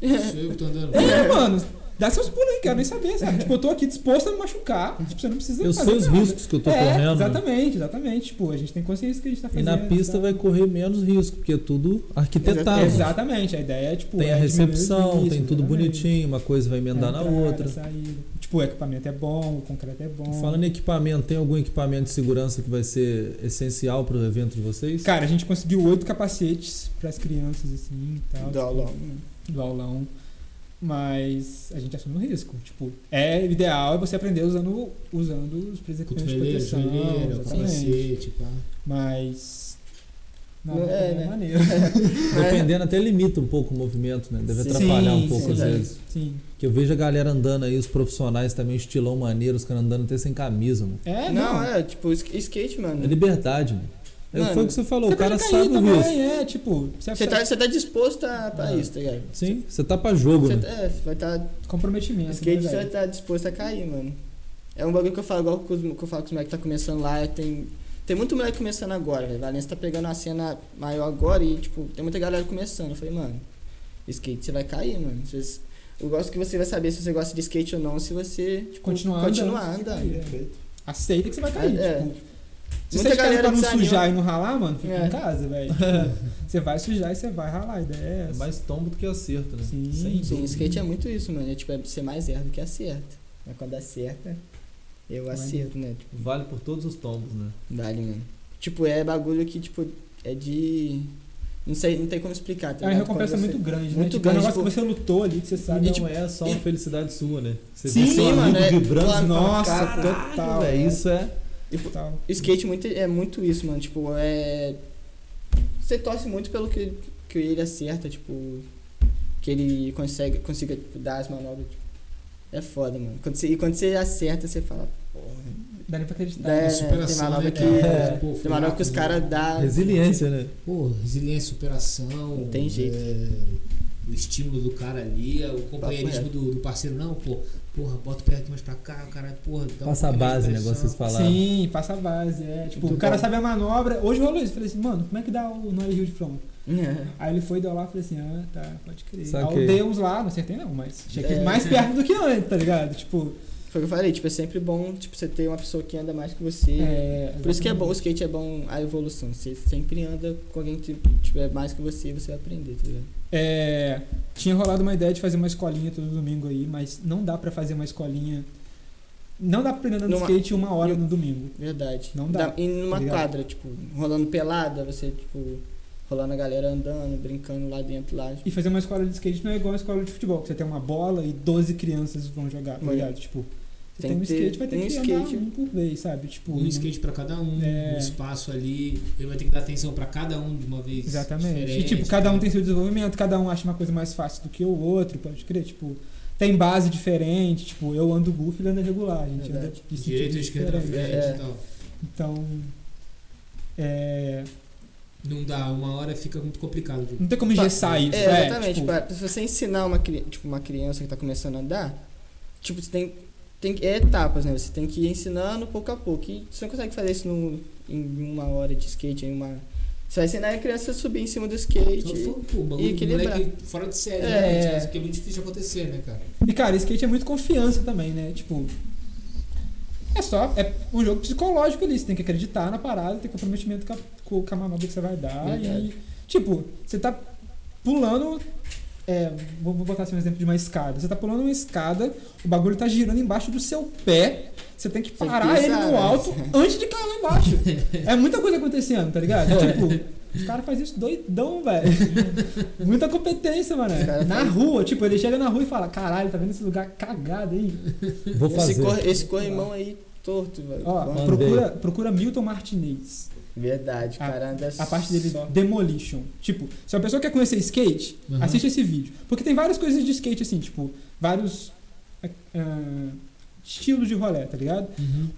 Sou eu que tô andando. É, mano. Dá seus pulos aí, quero nem saber, sabe? tipo, eu tô aqui disposto a me machucar. Tipo, você não precisa Eu fazer sei os nada. riscos que eu tô é, correndo. né? Exatamente, exatamente. Tipo, a gente tem consciência do que a gente tá E fazendo. na pista tá? vai correr menos risco, porque é tudo arquitetado. Exatamente, a ideia é, tipo. Tem a é diminuir os recepção, riscos, tem tudo exatamente. bonitinho, uma coisa vai emendar A na entrada, outra. a saída. Tipo, o equipamento é bom, o concreto é bom. Falando em equipamento, tem algum equipamento de segurança que vai ser essencial para o evento de vocês? Cara, a gente conseguiu oito capacetes pras crianças, assim, e tal. Do tipo, aulão. Do aulão. Mas a gente assume o risco. Tipo, é o ideal é você aprender usando, usando os presentes de Cotoveleira, proteção. joelheira, assim. exatamente. capacete, pá. Mas. Não, Não, é, é, né? <laughs> maneiro. <laughs> Dependendo, até limita um pouco o movimento, né? Deve Sim, atrapalhar um é. sim, pouco às verdade. vezes. Sim. Que eu vejo a galera andando aí, os profissionais também, estilão maneiro, os caras andando até sem camisa, mano. É, não, é, tipo, sk- skate, mano. É liberdade, mano. É, Mano, foi o que você falou, Você o cara pode cair sabe o também, risco. é, tipo, você, Você você tá, você tá disposto a, pra É. isso, tá ligado? Sim, você tá pra jogo, Você né? tá- é, você vai estar. Tá, comprometimento. skate né, você vai velho? estar disposto a cair, mano. É um bagulho que eu falo, igual com os- que eu falo com os moleques que tá começando lá, tem. Tem muito moleque começando agora, velho. Valência tá pegando uma cena maior agora e, tipo, tem muita galera começando. Eu falei, mano, skate você vai cair, mano. Vocês- eu gosto que você vai saber se você gosta de skate ou não, se você tipo, Continuar continuar andando, tipo, andando. você é. Aceita que você vai cair. É. Tipo, se Muita você quer galera pra não desanima. sujar e não ralar, mano, fica É. em <laughs> casa, velho. Tipo, você vai sujar e você vai ralar. A ideia é É essa. mais tombo do que acerto, né? Sim. Sem Sim, dúvida. skate é muito isso, mano. É, tipo, é ser mais erro do que acerta. Mas quando acerta, eu Maneiro. acerto, né? Tipo, Vale por todos os tombos, né? Vale, mano. Tipo, é bagulho que, tipo, é de. Não sei, não tem como explicar, tá É uma ligado? recompensa Quando você- muito grande, né? Muito Tipo, grande, É um negócio tipo- que você lutou ali, que você E sabe. não é um- é só e- tipo, uma felicidade sua, né? Você Sim, vê seu mano, amigo é- vibrando, claro, nossa, fala, "Caralho, total, velho, velho, isso é... E, pô, tal. skate muito, é muito isso, mano. Tipo, é. Você torce muito pelo que, que ele acerta, tipo. Que ele consegue, consiga tipo, dar as manobras. tipo, é foda, mano. Quando você, e quando você acerta, você fala, porra. Dá nem pra acreditar. Dá- É, né, tem superação, manobra né, que- cara? é, Pô, Tem manobra que os né? caras dão. Resiliência, né? Pô, resiliência, superação. Não tem jeito. é, o estímulo do cara ali, é, o companheirismo do, do parceiro. Não, pô, porra, bota o pé aqui mais pra cá, o cara, porra, então, dá Passa a pouquinho mais base, de né? Igual pressão. vocês falaram. Sim, passa a base, é. Tipo, Muito o cara bom. sabe a manobra. Hoje rolou isso. Eu Falei assim, mano, como é que dá o Nolly Hill de front? É, Aí ele foi, deu lá, eu falei assim, ah, tá, pode crer. Aí Saquei. eu dei uns lá, não acertei não, mas cheguei É. mais perto do que antes, tá ligado? Tipo, Foi o que eu falei, tipo, é sempre bom tipo, você ter uma pessoa que anda mais que você. é, Por isso que é bom, o skate é bom a evolução. Você sempre anda com alguém que tiver mais que você você vai aprender, tá ligado? É, tinha rolado uma ideia de fazer uma escolinha todo domingo aí, mas não dá pra fazer uma escolinha. Não dá pra aprender a andar de Numa- um- skate uma hora no domingo. Verdade. Não dá, E numa tá ligado? quadra, tipo, rolando pelada, você, tipo, rolando a galera andando, brincando lá dentro, lá. tipo, E fazer uma escola de skate não é igual a escola de futebol, que você tem uma bola e 12 crianças vão jogar, tá Vai. ligado? Tipo, você Tem tem, um que ter skate, vai ter um que skate. andar um por vez, sabe? Tipo, Um não- skate pra cada um, É. um espaço ali. Ele vai ter que dar atenção pra cada um de uma vez. Exatamente. E diferente. né? tipo, cada um tem seu desenvolvimento, cada um acha uma coisa mais fácil do que o outro, pode crer, tipo, tem base diferente, tipo, eu ando goof, ele anda regular, a gente anda Verdade. de Direito, sentido esquerda, na diferente. frente É. e tal. Então, é, Não dá, uma hora fica muito complicado. não tem como engessar isso, É, é, exatamente. tipo, pra- pra se você ensinar uma, cri- tipo, uma criança que tá começando a andar, tipo, você tem, tem é etapas, né? Você tem que ir ensinando pouco a pouco. E você não consegue fazer isso no, em uma hora de skate, em uma. Você vai ensinar a criança a subir em cima do skate. Só foi, pô, o E bagulho do equilibrar. moleque fora de série, É. realmente, né? Isso aqui é muito difícil de acontecer, né, cara? E cara, skate é muito confiança também, né? Tipo. É só. É um jogo psicológico ali. Você tem que acreditar na parada, tem comprometimento com a, com com a manobra que você vai dar. Verdade. E, tipo, você tá pulando. é, vou, vou botar assim um exemplo de uma escada. Você tá pulando uma escada, o bagulho tá girando embaixo do seu pé. Você tem que Você parar pisa, ele no né? <laughs> alto antes de cair lá embaixo. É muita coisa acontecendo, tá ligado? É. Tipo, os caras fazem isso <laughs> doidão, velho. Muita competência, mano. Os cara Na faz- rua, tipo, ele chega na rua e fala: caralho, tá vendo esse lugar cagado aí? Vou Esse, fazer. cor, esse corrimão aí torto, velho. Ó, Mandei. procura, procura Milton Martinez. Verdade, A- cara. anda A parte dele, só. Demolition. Tipo, se uma pessoa quer conhecer skate, Uhum. assiste esse vídeo. Porque tem várias coisas de skate, assim, tipo, vários é, Uhum. ah, estilos de rolé, tá ligado?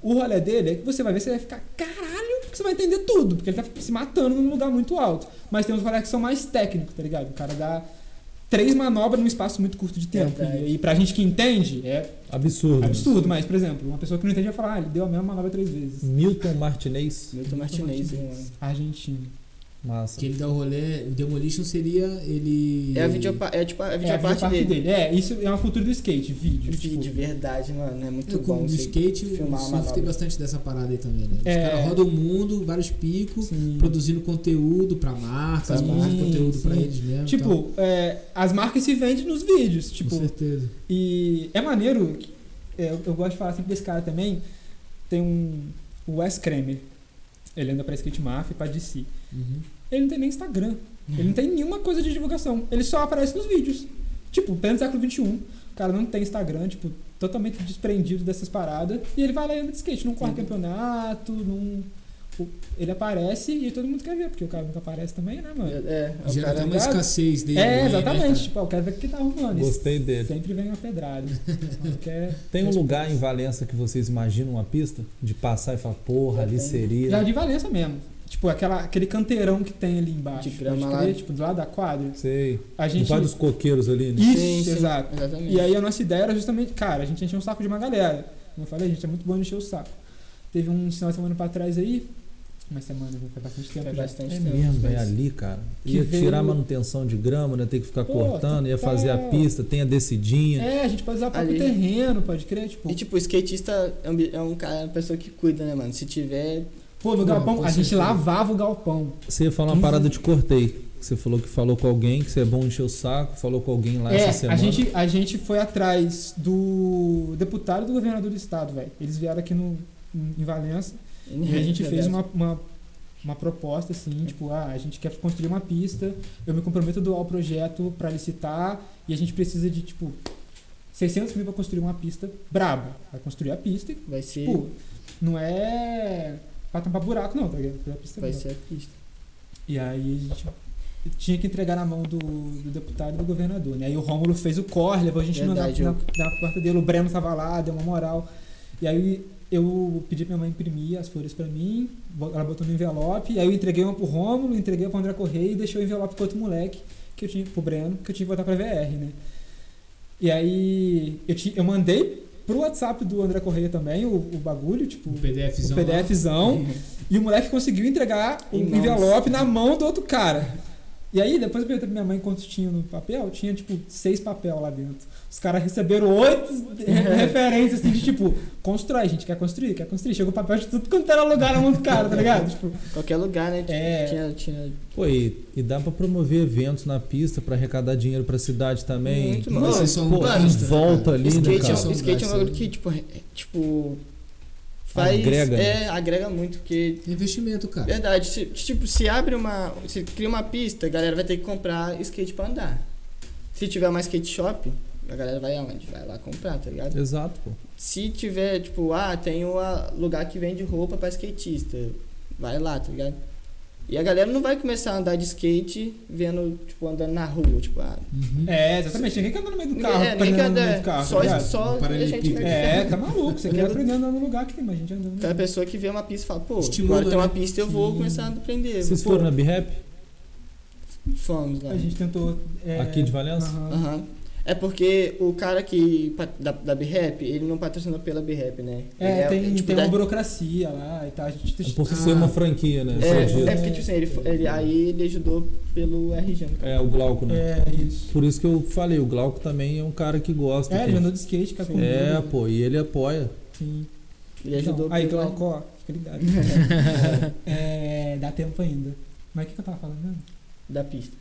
O rolé dele é que você vai ver, você vai ficar, caralho, que você vai entender tudo, porque ele tá se matando num lugar muito alto. Mas tem uns rolês que são mais técnicos, tá ligado? O cara dá três manobras num espaço muito curto de tempo. Verdade. E, e pra gente que entende, é Absurdo. absurdo. Mas, por exemplo, uma pessoa que não entende vai falar, ah, ele deu a mesma manobra três Uhum. vezes. Milton Martinez. Milton Martinez, mano. Argentino. Massa. Que ele dá o rolê. O Demolition seria ele. É a videopa- é tipo a É a videoparte parte dele. dele. É, isso é uma cultura do skate, vídeo. tipo, Vídeo, verdade, mano. É muito No bom. do você skate, o filmar uma surf tem manobra. bastante dessa parada aí também, né? Os É. caras rodam o mundo, vários picos, Sim. produzindo conteúdo pra marcas, Sim, produzindo conteúdo pra sim. eles mesmo. tá? e tal. Tipo, é, as marcas se vendem nos vídeos. Tipo, com certeza. E é maneiro, é, eu, eu gosto de falar sempre desse cara também. Tem um. O Wes Kramer. Ele anda pra Skate Mafia e pra DC. Uhum. Ele não tem nem Instagram. Ele não tem nenhuma coisa de divulgação. Ele só aparece nos vídeos. Tipo, pleno século XXI. O cara não tem Instagram, tipo, totalmente desprendido dessas paradas. E ele vai lá e anda de skate. Não corre Uhum. campeonato, não. o- Ele aparece e todo mundo quer ver, porque o cara nunca aparece também, né, mano? É, é o Gera cara até uma ligado? escassez dele. né, É, cara? exatamente. Tipo, ó, eu quero ver o que tá arrumando. Isso Gostei dele. Sempre vem uma pedrada. é Não quer- Tem um lugar em Valença que vocês imaginam uma pista? De passar e falar, porra, ali seria. Jardim Valença mesmo. Tipo, aquela, aquele canteirão que tem ali embaixo. De grama pode lá. crer, Tipo, do lado da quadra. Sei. A Não gente. vai dos coqueiros ali, né? Isso, Sim, sim, exato. Exatamente. E aí a nossa ideia era justamente, cara, a gente encheu um saco de uma galera. Como eu falei, a gente é muito bom em encher o saco. Teve um final de semana pra trás aí. Uma semana, foi bastante tempo. Foi já. bastante É tempo. mesmo, velho, ali, cara. Que Ia tirar a veio- manutenção de grama, né? Tem que ficar Pô, cortando, ia total. fazer a pista, tem a descidinha. É, a gente pode usar o próprio Ali. terreno, pode crer, tipo. E tipo, o skatista é um, bi- é um cara, uma pessoa que cuida, né, mano? Se tiver. Pô, no Não, galpão, com a gente certeza. lavava o galpão. Você ia falar uma parada de cortei. Você falou que falou com alguém, que você é bom encher o saco, falou com alguém lá É, essa semana. a gente, a gente foi atrás do deputado e do governador do estado, velho. Eles vieram aqui no, em Valença. É, E a gente fez uma, uma, uma proposta assim, tipo, ah, a gente quer construir uma pista, eu me comprometo a doar o projeto pra licitar e a gente precisa de, tipo, 600 mil pra construir uma pista braba. Vai construir a pista e, Vai ser. tipo, não é pra tampar buraco não, tá ligado? É a pista vai braba. ser a pista. E aí a gente tinha que entregar na mão do, do deputado e do governador, né? Aí o Rômulo fez o corre, levou a gente na- Verdade, na, eu- na, porta dele, o Breno tava lá, deu uma moral. E aí eu pedi pra minha mãe imprimir as folhas pra mim, bo- ela botou no envelope, aí eu entreguei uma pro Rômulo, entreguei pro André Correia e deixei o envelope pro outro moleque, que eu tinha, pro Breno, que eu tinha que botar pra VR, né? E aí eu, ti- eu mandei pro WhatsApp do André Correia também o, o bagulho, tipo, Um o PDFzão. lá. PDFzão. E o moleque conseguiu entregar o Em mãos. envelope na mão do outro cara. E aí, depois eu perguntei pra minha mãe quantos tinha no papel. Tinha, tipo, seis papel lá dentro. Os caras receberam oito <laughs> referências, assim, de tipo, constrói, gente, quer construir, quer construir. Chegou papel de tudo quanto era lugar na mão do cara, tá ligado? Tipo, <laughs> Qualquer lugar, né? Tipo, É. Tinha, tinha. Pô, e, e dá pra promover eventos na pista pra arrecadar dinheiro pra cidade também. Muito, Não, Vocês são Pô, em artistas, volta cara. ali, né, Skate, é, cara? um- São skate é lugares, um bagulho né? que, tipo, é- tipo. Faz. Agrega, né? É, agrega muito, porque. Investimento, É. cara. Verdade, se- tipo, se abre uma. Se cria uma pista, a galera vai ter que comprar skate pra andar. Se tiver mais skate shop, a galera vai aonde? Vai lá comprar, tá ligado? Exato, pô. Se tiver, tipo, ah, tem um ah, lugar que vende roupa pra skatista, vai lá, tá ligado? E a galera não vai começar a andar de skate vendo, tipo, andando na rua, tipo, ah, Uhum. é, exatamente. Ninguém quer andar no meio do carro, é, tá nem que andando no meio anda- do carro, tá só, ligado? só a gente Paralelepípedo. vai <laughs> É, tá maluco. Você quer aprender a andar no lugar que tem mais gente andando. Então a pessoa que vê uma pista e fala, pô, Estimula, agora tem uma né? pista, eu vou Sim. começar a aprender. Vocês Pô, foram na B-Rap? Fomos lá. A gente tentou... é, Aqui de Valença? Tá. aham. Aham. É porque o cara que pa- da, da B-Rap, ele não patrocinou pela B-Rap, né? É, Ele tem, tipo, tem da- uma burocracia lá e tal. A gente... Por Ah. ser uma franquia, né? é, Cedida. é porque, tipo assim, ele, fo- ele- aí ele ajudou pelo RJ. no caso. É, o Glauco, né? É, isso. Por isso que eu falei, o Glauco também é um cara que gosta. É, que- ele andou de skate, cara. com É, medo. pô, e ele apoia. Sim. Ele ajudou né, Então, aí, pelo Glauco, ó, fica ligado. é, dá tempo ainda. Mas o que, que eu tava falando mesmo? da pista.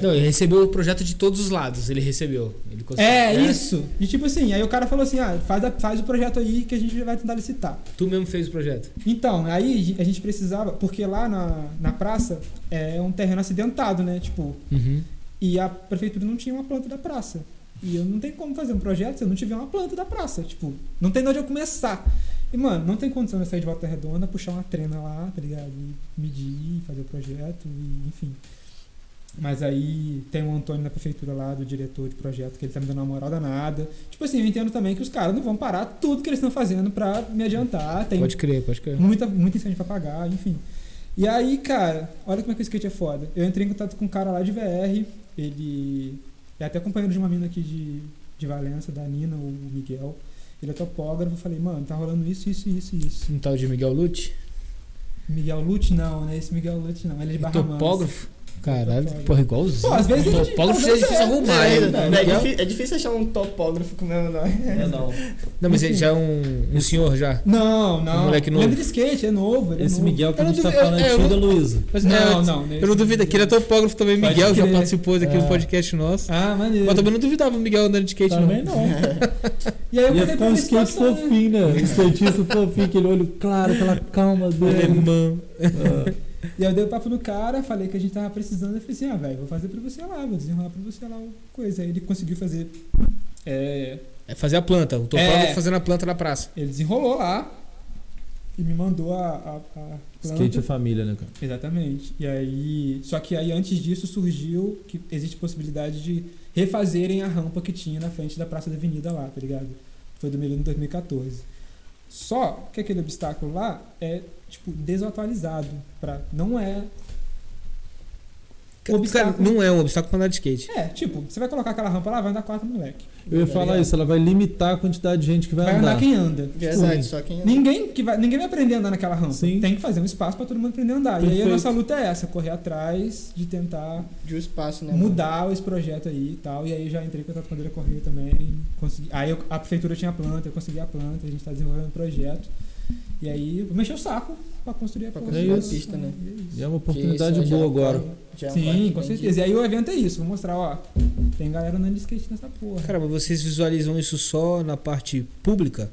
Não, ele recebeu o projeto de todos os lados. Ele recebeu. Ele conseguiu. É, isso. E tipo assim, aí o cara falou assim, ah, faz, a- faz o projeto aí que a gente vai tentar licitar. Tu mesmo fez o projeto. Então, aí a gente precisava, porque lá na, na praça é um terreno acidentado, né? Tipo, Uhum. e a prefeitura não tinha uma planta da praça. E eu não tenho como fazer um projeto se eu não tiver uma planta da praça. Tipo, não tem de onde eu começar. E, mano, não tem condição de eu sair de volta redonda, puxar uma trena lá, tá ligado? E medir, fazer o projeto, e, enfim. Mas aí tem o Antônio na prefeitura lá, do diretor de projeto, que ele tá me dando uma moral danada. Tipo assim, eu entendo também que os caras não vão parar tudo que eles estão fazendo pra me adiantar. Tem Pode crer, pode crer. muita, muita incêndio pra pagar, enfim. E aí, cara, olha como é que o skate é foda. Eu entrei em contato com um cara lá de VR, ele é até companheiro de uma mina aqui de, de Valença, da Nina, o Miguel. Ele é topógrafo, eu falei, mano, tá rolando isso, isso, isso e isso. Um tal de Miguel Lute? Miguel Lute não, né? Esse Miguel Lute não, ele é de Barra Mansa. Topógrafo? Caralho, Topógrafo. porra, igualzinho. Pô, às vezes a gente- Topógrafo talvez seja difícil é. arrumar, é, hein? velho, é, Miguel? difí- é difícil achar um topógrafo com o mesmo nome. né? É, não. Não, mas ele já é um, um senhor já. Não, não. Um moleque Ele é novo. de skate, é novo, ele é Esse novo. Miguel que Eu a não gente tá duvido- falando é eu- tio eu da não- Luísa. Mas, Não, é, não. né? Eu não duvido, aquele é topógrafo também, Pode Miguel, já crer. participou daqui no É. podcast nosso. Ah, maneiro. Mas também não duvidava o Miguel andando de skate, né? Também não. não. E aí eu Ia contei ficar pra um minha skate situação, né? fofinho, né? Um skatista fofinho, aquele olho claro, aquela calma dele. Alemão. Ah, E aí eu dei o papo no cara, falei que a gente tava precisando. Eu falei assim, ah, velho, vou fazer pra você lá, vou desenrolar pra você lá o coisa. Aí ele conseguiu fazer. é, É fazer a planta, o topógrafo É. fazendo a planta na praça. ele desenrolou lá e me mandou a, a, a planta. Skate é família, né, cara? Exatamente. E aí. Só que aí antes disso surgiu que existe possibilidade de refazerem a rampa que tinha na frente da Praça da Avenida lá, tá ligado? Foi do meio de 2014. Só que aquele obstáculo lá é, tipo, desatualizado. Pra, não é. O Cara, obstáculo- não é um obstáculo pra andar de skate. É, tipo, você vai colocar aquela rampa lá, vai andar quatro moleque. Eu ia falar isso, ela vai limitar a quantidade de gente que vai, Vai andar andar. quem anda. Verdade, só quem. Ninguém, que vai, ninguém vai aprender a andar naquela rampa. Sim. Tem que fazer um espaço pra todo mundo aprender a andar. E aí Perfeito. a nossa luta é essa, correr atrás de tentar De um espaço, né? mano? mudar esse projeto aí e tal. E aí eu já entrei em contato com a Andrea Correia também. Consegui, aí eu- a prefeitura tinha a planta, eu consegui a planta, a gente tá desenvolvendo o projeto. E aí eu mexi o saco pra construir a Pra porra construir da a pista, né? E é isso. E é uma Porque oportunidade isso já boa é um agora. corre- já é um corre Sim, com entendido. certeza. E aí o evento é isso, vou mostrar, ó. Tem galera andando de skate nessa porra. Cara, mas vocês visualizam isso só na parte pública?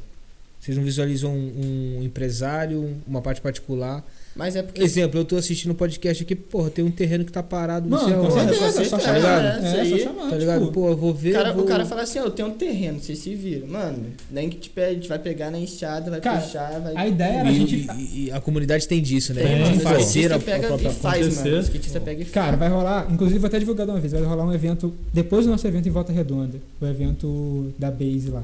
Vocês não visualizam um, um empresário, uma parte particular? Mas é porque. Exemplo, eu tô assistindo um podcast aqui, porra, tem um terreno que tá parado, não sei Mano, com aonde. porra, certeza, com é só certeza, chamar. é, isso É, aí. só chamar. Tá ligado? tipo, Pô, eu vou ver. O cara, vou... o cara fala assim, ó, eu tenho um terreno, vocês se viram. Mano, nem que te pede, a gente vai pegar na enxada, vai Cara, puxar, vai. A ideia era a E- gente. e, e É, a tá- comunidade tem disso, né? Tem, De mano. fazer a skatista pega pra- pra e faz, acontecer. mano. O skatista pega e faz. Cara, vai rolar, inclusive vou até divulgar de uma vez, vai rolar um evento, depois do nosso evento em Volta Redonda, o evento da Base lá.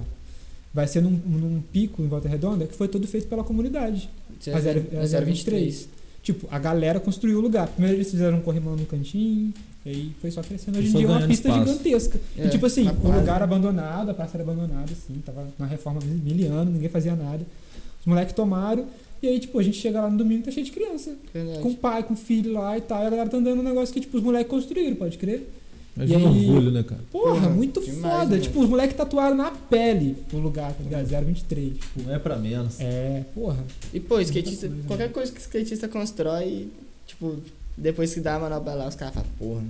Vai ser num, num pico em Volta Redonda que foi todo feito pela comunidade. Zero- a zero- zero- a 023. 023. Tipo, a galera construiu o lugar. Primeiro eles fizeram um corrimão no cantinho, e aí foi só crescendo. Hoje em Só dia é uma ganhando pista espaço. gigantesca. É, e tipo assim, na o quadra. lugar abandonado, a praça era abandonada, assim, tava na reforma mil anos, ninguém fazia nada. Os moleques tomaram, e aí, tipo, a gente chega lá no domingo e tá cheio de criança Verdade. com o pai, com o filho lá e tal. E a galera tá andando um negócio que, tipo, os moleques construíram, pode crer? Imagina E o aí- orgulho, né, cara? Porra, Porra, muito demais, foda. né? Tipo, os moleques tatuaram na pele o lugar, tá ligado? 023. Não é pra menos. É, porra. E pô, skatista, coisa, né? qualquer coisa que o skatista constrói, tipo, depois que dá a manobra lá, os caras falam, porra.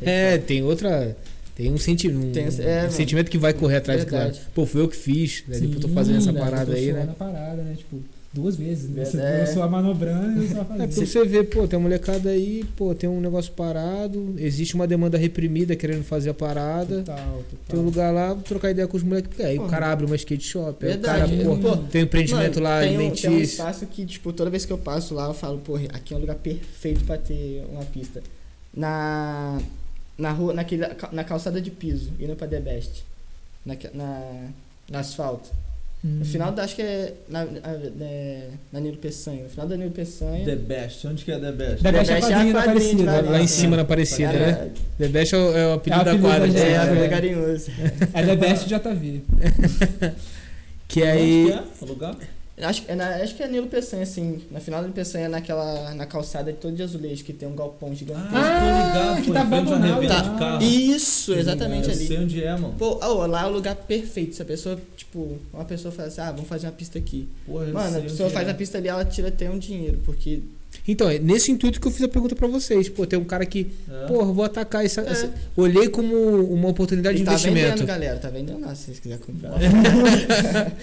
É, tem outra. Tem um, senti um, Tem esse- um é, mano. sentimento que vai correr atrás daquela. Verdade. Pô, foi eu que fiz, né? Tipo, eu tô fazendo essa Sim, parada eu tô aí, né? suando a parada, né? Tipo, duas vezes. Né? Você É. dançou a manobrando e eu só É, pra fazendo. você ver, pô, tem uma molecada aí, pô, tem um negócio parado, existe uma demanda reprimida querendo fazer a parada. Total, Tem um total. lugar lá, trocar ideia com os moleques. porque Aí o Pô, cara abre uma skate shop. Aí o cara, Verdade. pô, Pô, tem um empreendimento mano, lá tem um, tem um alimentício. espaço que, tipo, toda vez que eu passo lá, eu falo, porra, aqui é um lugar perfeito pra ter uma pista. Na. Na rua, naquele, na calçada de piso, indo pra The Best. Na, na, na asfalto. Hum. No final da, acho que é. Na, na, na- na Nilo Peçanha. No final da Nilo Peçanha. The Best. Onde que é The Best? Da The Best Baixa é a quadrinha Padrinha da de Aparecida. Valinhos, lá em né? cima na Aparecida, né? Cara, The Best é o, é o apelido É o da apelido quadra. da né? É, gente. é, é carinhoso. É The Best de JV. Que Onde aí. que é o lugar? Acho, é na- acho que é Nilo Peçanha, assim. Na final da Nilo Peçanha é naquela. na calçada toda de azulejo, que tem um galpão gigante. Ah, Ah, que tô ligado, pô, tá em frente à abandonado revenda lá. de Ah. carro. Isso, exatamente Eu sei ali. onde é, mano. Pô, ó, lá é o lugar perfeito. Se a pessoa, tipo, uma pessoa fala assim, ah, vamos fazer uma pista aqui. Porra, eu Mano, a sei pessoa onde faz é. a pista ali, ela tira até um dinheiro, porque. Então, é nesse intuito que eu fiz a pergunta pra vocês. Pô, tem um cara que É. Porra, vou atacar essa, É. essa- Olhei como uma oportunidade E de tá vendendo, investimento. galera, tá vendendo lá, se vocês quiserem comprar. <laughs>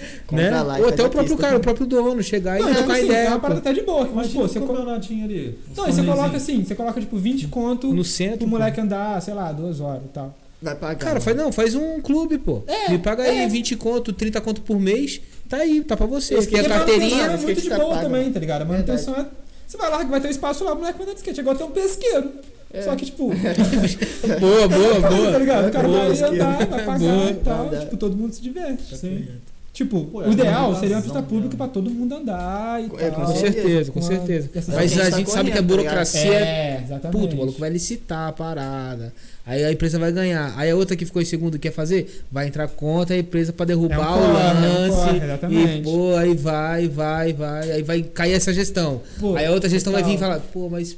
Né? Compra lá e Ou faz até o a próprio pista cara, o também. próprio dono, chegar e Não, tipo trocar assim, é ideia. uma pô. parada até de boa. que, Mas, Imagina pô, um você coloca. campeonatinho ali. uns Não, e você coloca torneiozinhos. assim, você coloca tipo 20 conto né? No pro centro. moleque andar, sei lá, duas horas e tal. Vai pagar. pô. Cara, faz, não, faz um clube, pô. É, Me paga aí 20 conto, 30 conto por mês. Tá aí, tá pra você. Esse Você tem E a a manutenção carteirinha. é mas muito skate de tá boa pago, também, né? é tá ligado? A manutenção é. Você vai lá que vai ter um espaço lá, o moleque vai andar de skate. Agora tem um pesqueiro. É. Só <laughs> que, tipo, Boa, <laughs> boa, tá boa. ligado? O cara Boa, vai esquerda. andar, vai Boa. passar e tal. Andar. Tipo, todo mundo se diverte. Sim. Tipo, Tá Pô, é o uma ideal razão seria uma pista pública mesmo. pra todo mundo andar e Com- é, tal. com Com certeza, com certeza. Essas Mas Alguém a tá gente sabe que a correndo, tá burocracia é É, exatamente. Puto, o maluco vai licitar a parada. Aí a empresa vai ganhar. Aí a outra que ficou em segundo quer fazer, vai entrar contra a empresa pra derrubar É um o corre, é um corre, lance. e exatamente. pô, aí vai, vai, vai. Aí vai cair essa gestão. Pô, então. aí a outra gestão vai vir e total. falar: pô, mas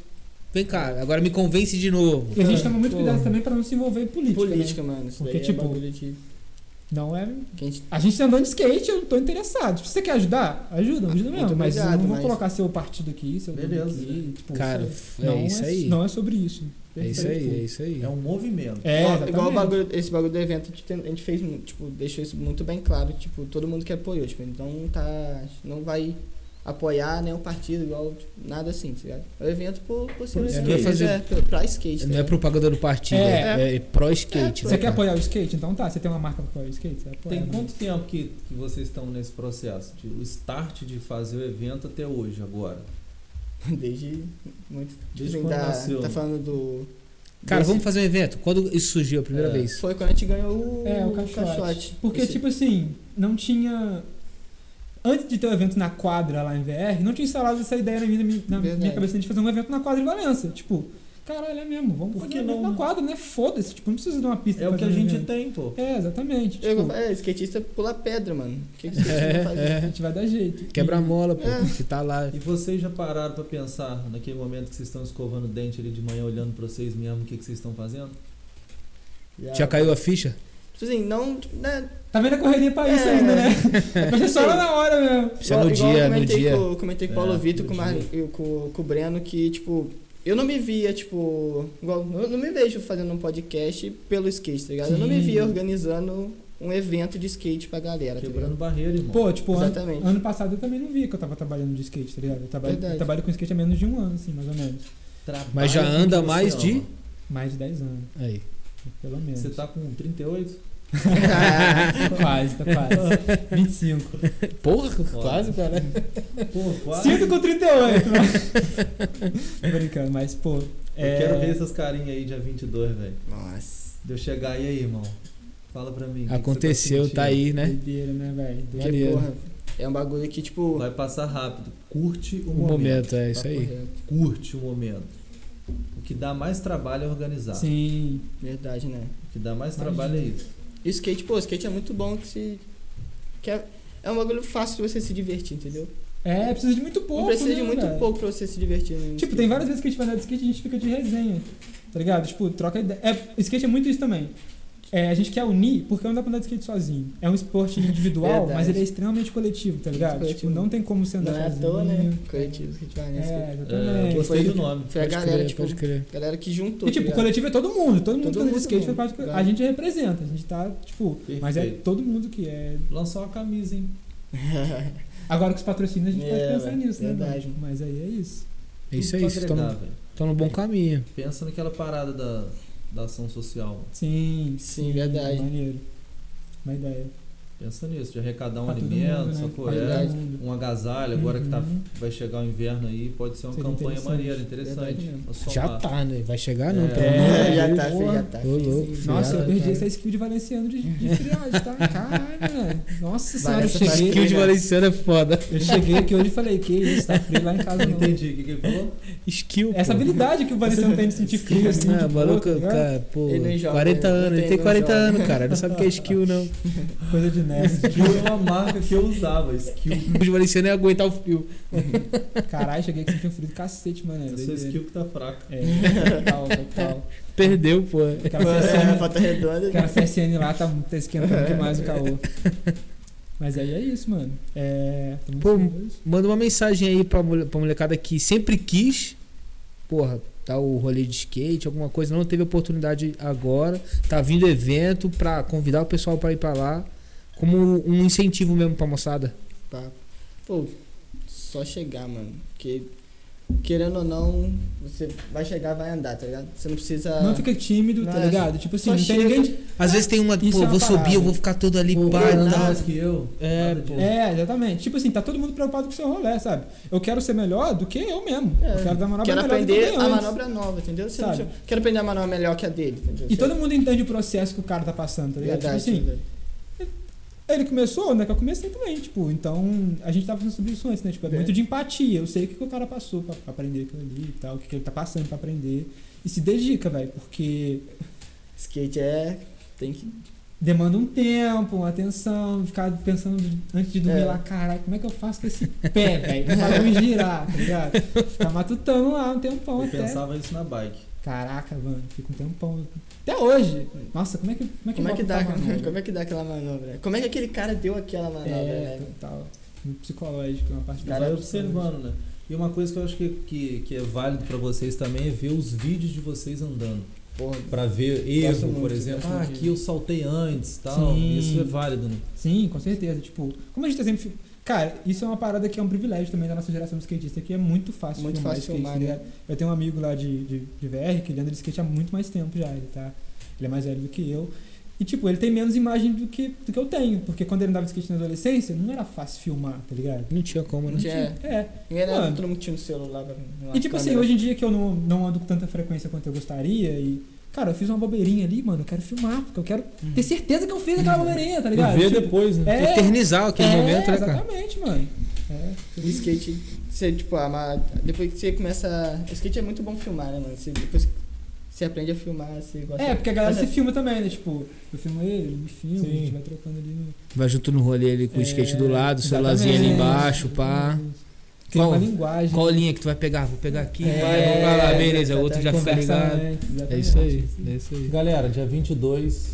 vem cá, agora me convence de novo. E a gente toma muito Pô. cuidado também pra não se envolver em política. né? Política, mano. Isso Porque, daí tipo, é um bagulho que, Não é. que a gente A gente tá andando de skate, eu não tô interessado. Tipo, você quer ajudar? Ajuda, Muito ajuda mesmo. Mas eu obrigado, não vou mas- colocar seu partido aqui, seu nome Beleza. aqui. Tipo, Cara, isso é não isso aí. Não é sobre isso. É isso aí, é isso aí. É um movimento. É, igual, igual o exatamente. bagulho, esse bagulho do evento, a gente tem- a gente fez, mu- tipo, deixou isso muito bem claro, tipo, todo mundo que apoiou, tipo, então tá, não vai apoiar nenhum partido, igual, tipo, nada assim, tá ligado? É o evento por, por ser um É, skate, não é fazer- é, pra, pra skate, tá Não é ligado? propaganda do partido, É. é, é pró-skate. Você quer apoiar o skate? Então tá, você tem uma marca pra apoiar o skate? Você apoia, Tem né? quanto tempo que, que vocês estão nesse processo? De, o start de fazer o evento até hoje, agora? Desde muito, tipo, Desde assim, quando da- nasceu, tá né? falando do... Cara, desse- vamos fazer um evento. Quando isso surgiu a primeira É. vez? Foi quando a gente ganhou o, É, o caixote. caixote. Porque, Esse- tipo assim, não tinha. Antes de ter o evento na quadra lá em VR, não tinha instalado essa ideia na minha, na minha Verdade. cabeça de fazer um evento na quadra em Valença. Tipo, caralho, é mesmo, vamos Por fazer que um evento não, na né? quadra, né? Foda-se, tipo, não precisa de uma pista. É pra o que a fazer um gente evento. tem, pô. É, exatamente. Eu, Tipo, é, skatista pula pedra, mano. O que, que skatista É, faz? <laughs> a é. gente vai dar jeito. Quebra-mola, pô, É. que tá lá. E vocês já pararam pra pensar naquele momento que vocês estão escovando o dente ali de manhã, olhando pra vocês mesmo, o que, que vocês estão fazendo? Tá Já caiu a ficha? Tipo assim, não, né, E Tá vendo a correria pra isso É. ainda, <laughs> né? Mas é só lá na hora mesmo. Isso é no Igual dia, eu no comentei dia. Com, comentei com o É, Paulo Vitor, no com, o Mar- eu- com, com o Breno, que, tipo, eu não me via, tipo, igual, eu não me vejo fazendo um podcast pelo skate, tá ligado? Eu não me Sim. via organizando um evento de skate pra galera, tá Quebrando ligado? barreira, irmão. Pô, tipo, ano, <laughs> Exatamente. ano passado eu também não vi que eu tava trabalhando de skate, tá ligado? Eu trabalho, Verdade. eu trabalho com skate há menos de um ano, assim, mais ou menos. Trabalha Mas já com o que anda você mais de- ama. Mais de 10 anos, Aí. pelo menos. Você tá com 38? <laughs> quase, tá quase. <laughs> 25. Porra, quase, cara. Pô, quase. 5 com 38. <laughs> Tô brincando, mas, pô. Eu é- quero ver essas carinhas aí dia 22, velho. Nossa. De eu chegar e aí, irmão. Fala pra mim. o que que você tá Aconteceu, tá sentindo? aí, né? Doideira, né, velho? Porque, Maneiro. porra, é um bagulho que, tipo. Vai passar rápido. Curte o, O momento. momento, é isso papo aí. reto. Curte o momento. O que dá mais trabalho é organizar. Sim. Verdade, né? O que dá mais trabalho é isso. E o skate, pô, o skate é muito bom que se. Que é, é um bagulho fácil de você se divertir, entendeu? É, precisa de muito pouco. não precisa né, de muito velho? pouco pra você se divertir. né? Tipo, tem várias vezes que a gente vai andar de skate e a gente fica de resenha. Tá ligado? Tipo, troca ideia. É, skate é muito isso também. É, a gente quer unir, porque não dá pra andar de skate sozinho. É um esporte individual, Verdade. mas ele é extremamente coletivo, tá ligado? coletivo. Tipo, não tem como você andar Não é à sozinho. toa, né? Coletivo, skate É, vai skate. É, eu exatamente. gostei Foi- do nome. Foi a Pode galera, crer, tipo, pode crer. galera que juntou. tá E tipo, o ligado? coletivo é todo mundo, todo mundo Todo que anda de mundo, skate faz parte. claro. A gente representa, a gente tá, tipo, mas é Perfeito. todo mundo que é. Lançou a camisa, hein? Agora com os patrocínios a gente É, pode pensar velho, nisso, né? verdade. mano? Mas aí é isso. É isso Tudo aí, pra vocês agregar, estão velho. no bom caminho. Pensa naquela parada da, da ação social. Sim, Sim, verdade. Maneiro. Uma ideia. Pensa nisso, de arrecadar um Pra todo alimento, mundo, né? sacou? Pra É, todo mundo. um agasalho, agora que tá, Uhum. vai chegar o inverno aí, pode ser uma Seria campanha interessante. maneira, interessante. Verdade. Pra somar. Já tá, né? Vai chegar não, É. pelo amor de É, É, já eu tá, filho, vou- já tá. Tô louco, filho. filho. Nossa, eu Cara, perdi cara. essa skill de valenciano de, de friagem, tá? Caralho, mano. Nossa senhora, eu Valença faz cheguei. Skill de valenciano é foda. Eu cheguei aqui hoje e falei, que isso, tá frio lá em casa não. Entendi o que, que ele falou? Skill, Essa pô. habilidade que o valenciano tem de sentir frio, assim. Ah, de maluco, boa, tá ligado? cara, pô, Ele nem joga, 40 ele não anos, ele tem, tem não 40 joga. anos, cara, não sabe o que é skill, não. Coisa de nerd. tipo, Skill é uma marca que eu usava, skill. Skill de valenciano é aguentar o fio. <laughs> Caralho, cheguei aqui sentindo frio do cacete, mano. É sua skill que tá fraca. É, <laughs> total, total. Perdeu, pô. Cara, É, na CSN, Volta redonda. cara, CSN lá tá, tá É. esquentando demais o caô. Mas aí é isso, mano. É. tamo Pô, feliz. Manda uma mensagem aí pra, mole- pra molecada que sempre quis, porra, tá o rolê de skate, alguma coisa, não teve oportunidade agora, tá vindo evento pra convidar o pessoal pra ir pra lá, como um incentivo mesmo pra moçada. Pá. Pô, só chegar, mano. Porque querendo ou não, você vai chegar, vai andar, tá ligado? Você não precisa. Não fica tímido, tá Não, é ligado? Tipo assim, só não tem chega. é. ninguém. Às vezes tem uma, Isso pô, é uma vou subir, parada. eu vou ficar todo ali, Pô, pá, é cara, tá. anda mais que eu. É, Nada pô. disso. É, exatamente. Tipo assim, tá todo mundo preocupado com o seu rolê, sabe? Eu quero ser melhor do que eu mesmo. É. Eu quero dar manobra Quero melhor do que aprender eu a antes. manobra nova, entendeu? Você não Sabe? tinha- Quero aprender a manobra melhor que a dele, entendeu? é E todo mundo entende o processo que o cara tá passando, tá ligado? Verdade, né? tipo assim, entendeu? ele começou, né? Que eu comecei também, tipo, então a gente tava falando sobre isso antes, né? Tipo, é, É. muito de empatia. Eu sei o que, que o cara passou pra, pra aprender aquilo ali e tal, o que, que ele tá passando pra aprender. E se dedica, velho, porque Skate é. Tem que. demanda um tempo, uma atenção, ficar pensando de- antes de dormir É. lá, caralho, como é que eu faço com esse pé, velho? Pra não girar, tá ligado? Ficar matutando lá um tempão Eu até. pensava isso na bike. Caraca, mano, fica um tempão. Até hoje. Nossa, como é que Como é que, Como é que volta dá, pra <laughs> manobra? como é que dá aquela manobra? Como é que aquele cara deu aquela manobra, É, né? total. No psicológico, é uma parte Tu do vai observando, né? E uma coisa que eu acho que, que, que é válido pra vocês também é ver os vídeos de vocês andando. Porra. Pra ver Gosto erro, muito, por exemplo. gosto Ah, muito aqui disso. eu saltei antes tal. Sim. Isso é válido, né? Sim, com certeza. Tipo, como a gente tá sempre. fi- Cara, isso é uma parada que é um privilégio também da nossa geração de skatista, que é muito fácil Muito filmar fácil skate, filmar, né? tá ligado? Eu tenho um amigo lá de, de, de VR que ele anda de skate há muito mais tempo já, ele tá. Ele é mais velho do que eu. E tipo, ele tem menos imagem do que, do que eu tenho, porque quando ele andava de skate na adolescência, não era fácil filmar, tá ligado? Não tinha como, né? Não tinha. É. Ninguém era, Mano. todo mundo tinha um celular pra uma E tipo assim, câmera. hoje em dia que eu não, não ando com tanta frequência quanto eu gostaria e. Cara, eu fiz uma bobeirinha ali, mano, eu quero filmar, porque eu quero Uhum. ter certeza que eu fiz aquela bobeirinha, tá ligado? E ver Tipo, depois, né? é, Eternizar aquele é, momento, né, cara? Exatamente, mano. É. O skate, você, tipo, ama- depois que você começa. a- O skate é muito bom filmar, né, mano? Você, depois que você aprende a filmar, você gosta. É, porque a galera Mas é- se filma também, né? Tipo, eu filmo ele, ele me filma, Sim. a gente vai trocando ali no. Vai junto no rolê ali com o skate É, do lado, o celularzinho ali exatamente. embaixo, pá. Cria uma Qual- linguagem. Qual linha que tu vai pegar? Vou pegar aqui, É, vai, vou pra lá, é, beleza. O outro já fica conversa, ligado. né? É Exatamente. isso aí, é isso aí. Galera, dia 22,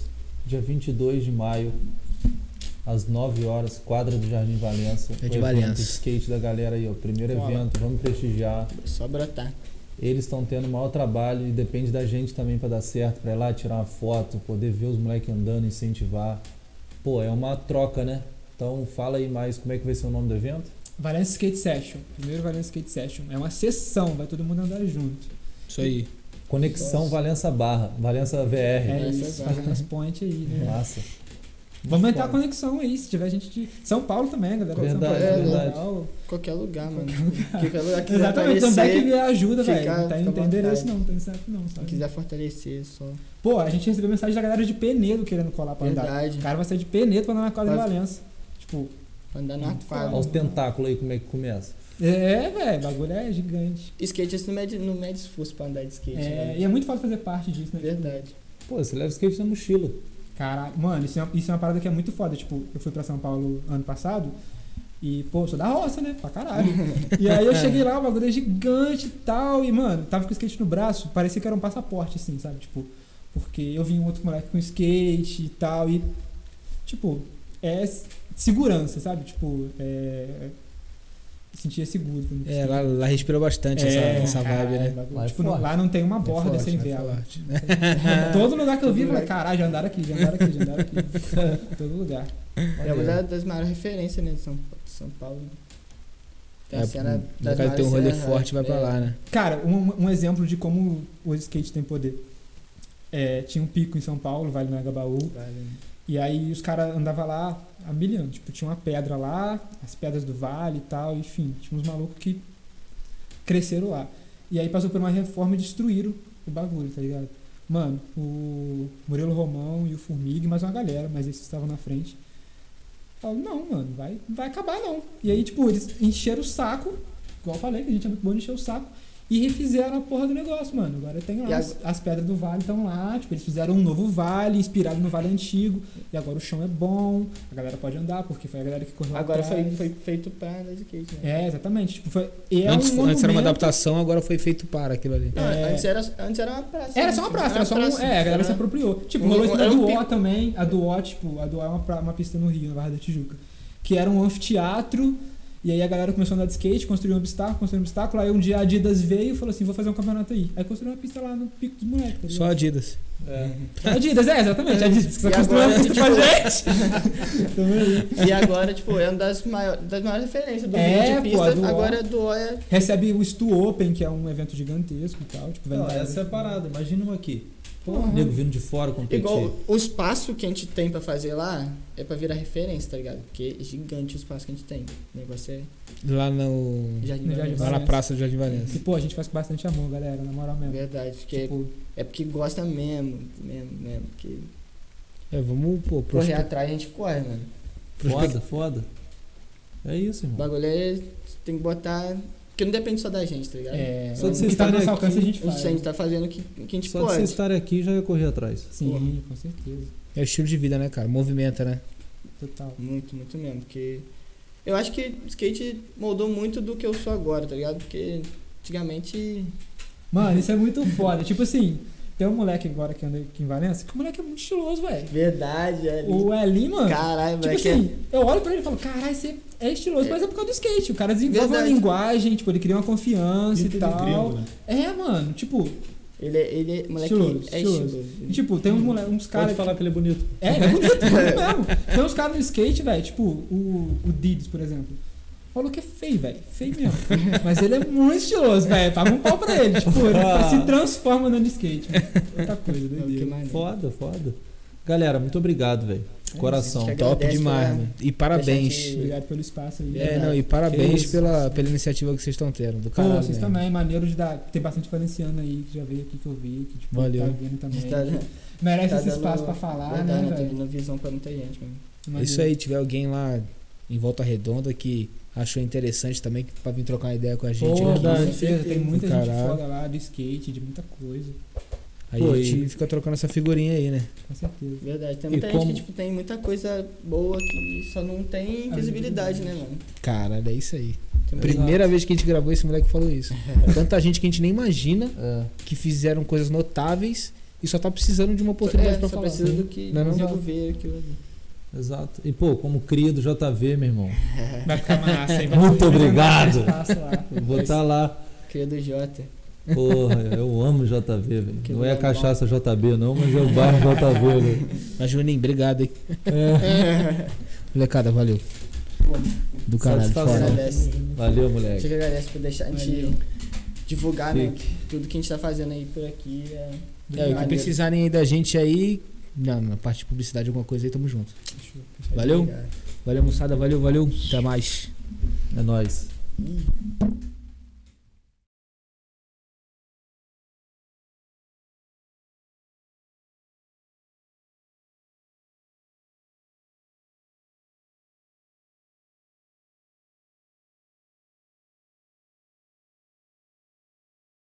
dia 22 de maio, às 9 horas, quadra do Jardim É Valença. de O evento Valença. de skate da galera aí, ó. Primeiro Cola. evento, vamos prestigiar. Só brotar. Eles estão tendo o maior trabalho e depende da gente também pra dar certo, pra ir lá tirar uma foto, poder ver os moleques andando, incentivar. Pô, é uma troca, né? Então fala aí mais como é que vai ser o nome do evento. Valência Skate Session. Primeiro Valência Skate Session. É uma sessão, vai todo mundo andar junto. Isso aí. Conexão Nossa. Valença Barra, Valença É, VR. Valência isso, agora. fazer umas pontes aí, né? Massa. Vamos aumentar a bom. conexão aí, se tiver gente de São Paulo também, galera. de Verdade, São Paulo, verdade. Natal. Qualquer lugar, mano. Qualquer lugar que quiser <laughs> Exatamente, aparecer, também que vier ajuda, fica- velho. Não tem- fica não à tem endereço vontade. não, não tem certo não, Se sabe? quiser fortalecer, é só. Pô, a gente recebeu mensagem da galera de Penedo querendo colar pra andar. Verdade. O cara vai sair de Penedo pra andar na quadra de Vai- Valença. Tipo, Andar na Olha os quadra. tentáculos aí, como é que começa. é, velho, o bagulho é gigante. Skate, isso não mede, não mede esforço pra andar de skate, É, né? e é muito fácil fazer parte disso, né? Verdade. Pô, você leva o skate na mochila. Cara, mano, isso é, uma, isso é uma parada que é muito foda. Tipo, eu fui pra São Paulo ano passado e, pô, sou da roça, né? <laughs> Pra caralho. e aí eu cheguei lá, o bagulho é gigante e tal. E, mano, tava com o skate no braço, parecia que era um passaporte, assim, sabe? Tipo, porque eu vi um outro moleque com skate e tal. E, tipo, é s- segurança, sabe? Tipo, é. me Sentia seguro. quando É, lá, lá respirou bastante É, essa, essa caralho, vibe, né? bagulho. Lá é Tipo, não- forte. lá não tem uma É borda forte, sem né? vela. Forte. <laughs> Todo lugar que eu vi, eu É. Todo falei, lugar. caralho, já andaram aqui, já andaram aqui, já andaram <laughs> aqui. Todo lugar. É uma da- das maiores referências, né, de São, de São Paulo. Tem É, a cena no das caso tem um rolê maiores cenas, forte, vai pra é. lá, né? Cara, um, um exemplo de como o skate tem poder. É, tinha um pico em São Paulo, Vale do Agabaú, Vale. e aí os caras andavam lá a milhão. Tipo, tinha uma pedra lá, as pedras do vale e tal, enfim. Tinha uns malucos que cresceram lá. E aí passou por uma reforma e destruíram o bagulho, tá ligado? Mano, o Murilo Romão e o Formiga, e mais uma galera, mas esses estavam na frente. Falaram, não, mano, vai, vai acabar não. E aí, tipo, eles encheram o saco, igual eu falei, que a gente é muito bom de encher o saco, e refizeram a porra do negócio, mano. Agora tem E lá, as, as pedras do vale estão lá, tipo, eles fizeram um novo vale, inspirado no vale antigo, e agora o chão é bom, a galera pode andar, porque foi a galera que correu Agora atrás. foi, foi feito pra andar de skate, né? É, exatamente. Tipo, foi, e é antes, um antes era uma monumento- adaptação, agora foi feito para aquilo ali. Não, É. Antes, era, antes era uma praça. Era né, só uma tipo, praça, era só um. É, a galera era- se apropriou. Tipo, Um- rolou isso da era um Duó pico. também. A Duó, tipo, a Duó é uma, pra- uma pista no Rio, na Barra da Tijuca. Que era um anfiteatro E aí a galera começou a andar de skate, construiu um obstáculo, construiu um obstáculo. Aí um dia a Adidas veio e falou assim: vou fazer um campeonato aí. Aí construiu uma pista lá no pico dos moleques. tá Só ligado? Adidas. É. Adidas, é, exatamente. Adidas, que E tá construindo uma agora, <laughs> pista pra gente. Tamo aí. E agora, tipo, é uma das, maior, das maiores referências do É, mundo pô, de pista. a do O. agora do O é. Recebe o Stu Open, que é um evento gigantesco e tal. Tipo, vai Não, entrar- essa é a parada. Imagina um aqui. Porra. Nego vindo de fora competir. Uhum. Igual o espaço que a gente tem pra fazer lá é pra virar referência, tá ligado? Porque é gigante o espaço que a gente tem. O negócio é Lá no. Jardim No da Jardim Lá Valença. na praça do Jardim E, Valença. pô, a gente faz com bastante amor, galera, na moral mesmo. Verdade, É, porque Tipo, é porque gosta mesmo, mesmo, mesmo. Porque É, vamos, pô, correr prospe... atrás a gente corre, mano. Foda, foda. É isso, O irmão. bagulho é. Tem que botar. Porque não depende só da gente, tá ligado? é, Só de o vocês que tá no estarem nosso aqui, alcance a gente A faz. gente tá fazendo o que, o que a gente Só de pode. vocês estarem aqui já ia correr atrás. Sim, com certeza. É o estilo de vida, né, cara? Movimenta, né? Total. Muito, muito mesmo, porque eu acho que skate moldou muito do que eu sou agora, tá ligado? Porque antigamente Mano, isso é muito foda. Tipo assim, tem um moleque agora que anda aqui em Valença, que o moleque é muito estiloso, velho. verdade, ali. O Eli, mano. Caralho, é- Tipo velho. que assim, eu olho pra ele e falo, caralho, você é estiloso, É. mas é por causa do skate. O cara desenvolve uma Verdade. linguagem, tipo, ele cria uma confiança e, Ele tal. gringo, né? É, mano, tipo, ele, é- ele é moleque Estiloso, é estiloso. estiloso. e, tipo, tem uns, mole- uns Pode caras. falar que ele é bonito. É, ele é bonito, bonito mesmo. Tem uns caras no skate, velho, tipo, o, o Didis, por exemplo. Falou que é feio, velho. Feio mesmo. Mas ele é muito estiloso, velho. Paga um pau pra ele. Tipo, ele Ah. se transforma andando de skate. mano. Outra coisa, Não, que doideira. É maneiro. Foda, foda. Galera, muito obrigado, velho. É De coração. gente, Top Agradece demais, pra- mano. E parabéns. gente- Obrigado pelo espaço aí. É, Verdade. não, e Que parabéns isso. pela, pela iniciativa que vocês estão tendo. Do Pô, caralho, vocês mesmo. também, maneiro de dar. Tem bastante valenciano aí que já veio aqui que eu vi, que tipo, Valeu. tá vendo A também. gente tá- Merece tá esse espaço dando- pra falar, verdade, né, tá velho? dando visão pra muita gente, mano. É Isso aí, tiver alguém lá em Volta Redonda que achou interessante também que- pra vir trocar uma ideia com a Pô, gente né? aqui. com verdade. certeza, tem muita Do gente caralho. foda lá, de skate, de muita coisa. Aí Pô, a e- gente fica trocando essa figurinha aí, né? Com certeza. Verdade, E tem muita gente como- que tipo, tem muita coisa boa que só não tem A visibilidade, né, mano? Caralho, é isso aí. Tem muita- Primeira vez que a gente gravou, esse moleque falou isso. É tanta gente que a gente nem imagina É. que fizeram coisas notáveis e só tá precisando de uma oportunidade é, pra só falar. precisa do que Não é não? desenvolver aquilo ali. Exato. E, pô, como cria do JV, meu irmão, <laughs> Vai ficar massa aí. vai Muito ser- obrigado. espaço lá. eu vou estar lá. Cria do Jota. Porra, eu amo JV, Que velho. Não é a legal. cachaça JB, não, mas é o bairro JV, velho. Mas, Juninho, obrigado aí. Molecada, valeu. Do caralho, Satisfação. fora. Agradece. Valeu, A moleque. gente agradece por deixar a gente Valeu. divulgar, né? Tudo que a gente tá fazendo aí por aqui. É... É, o que Maneiro. precisarem aí da gente aí, na, na parte de publicidade, alguma coisa aí, tamo junto. Valeu? Valeu, moçada, valeu, valeu. Até mais. É nóis. Ih.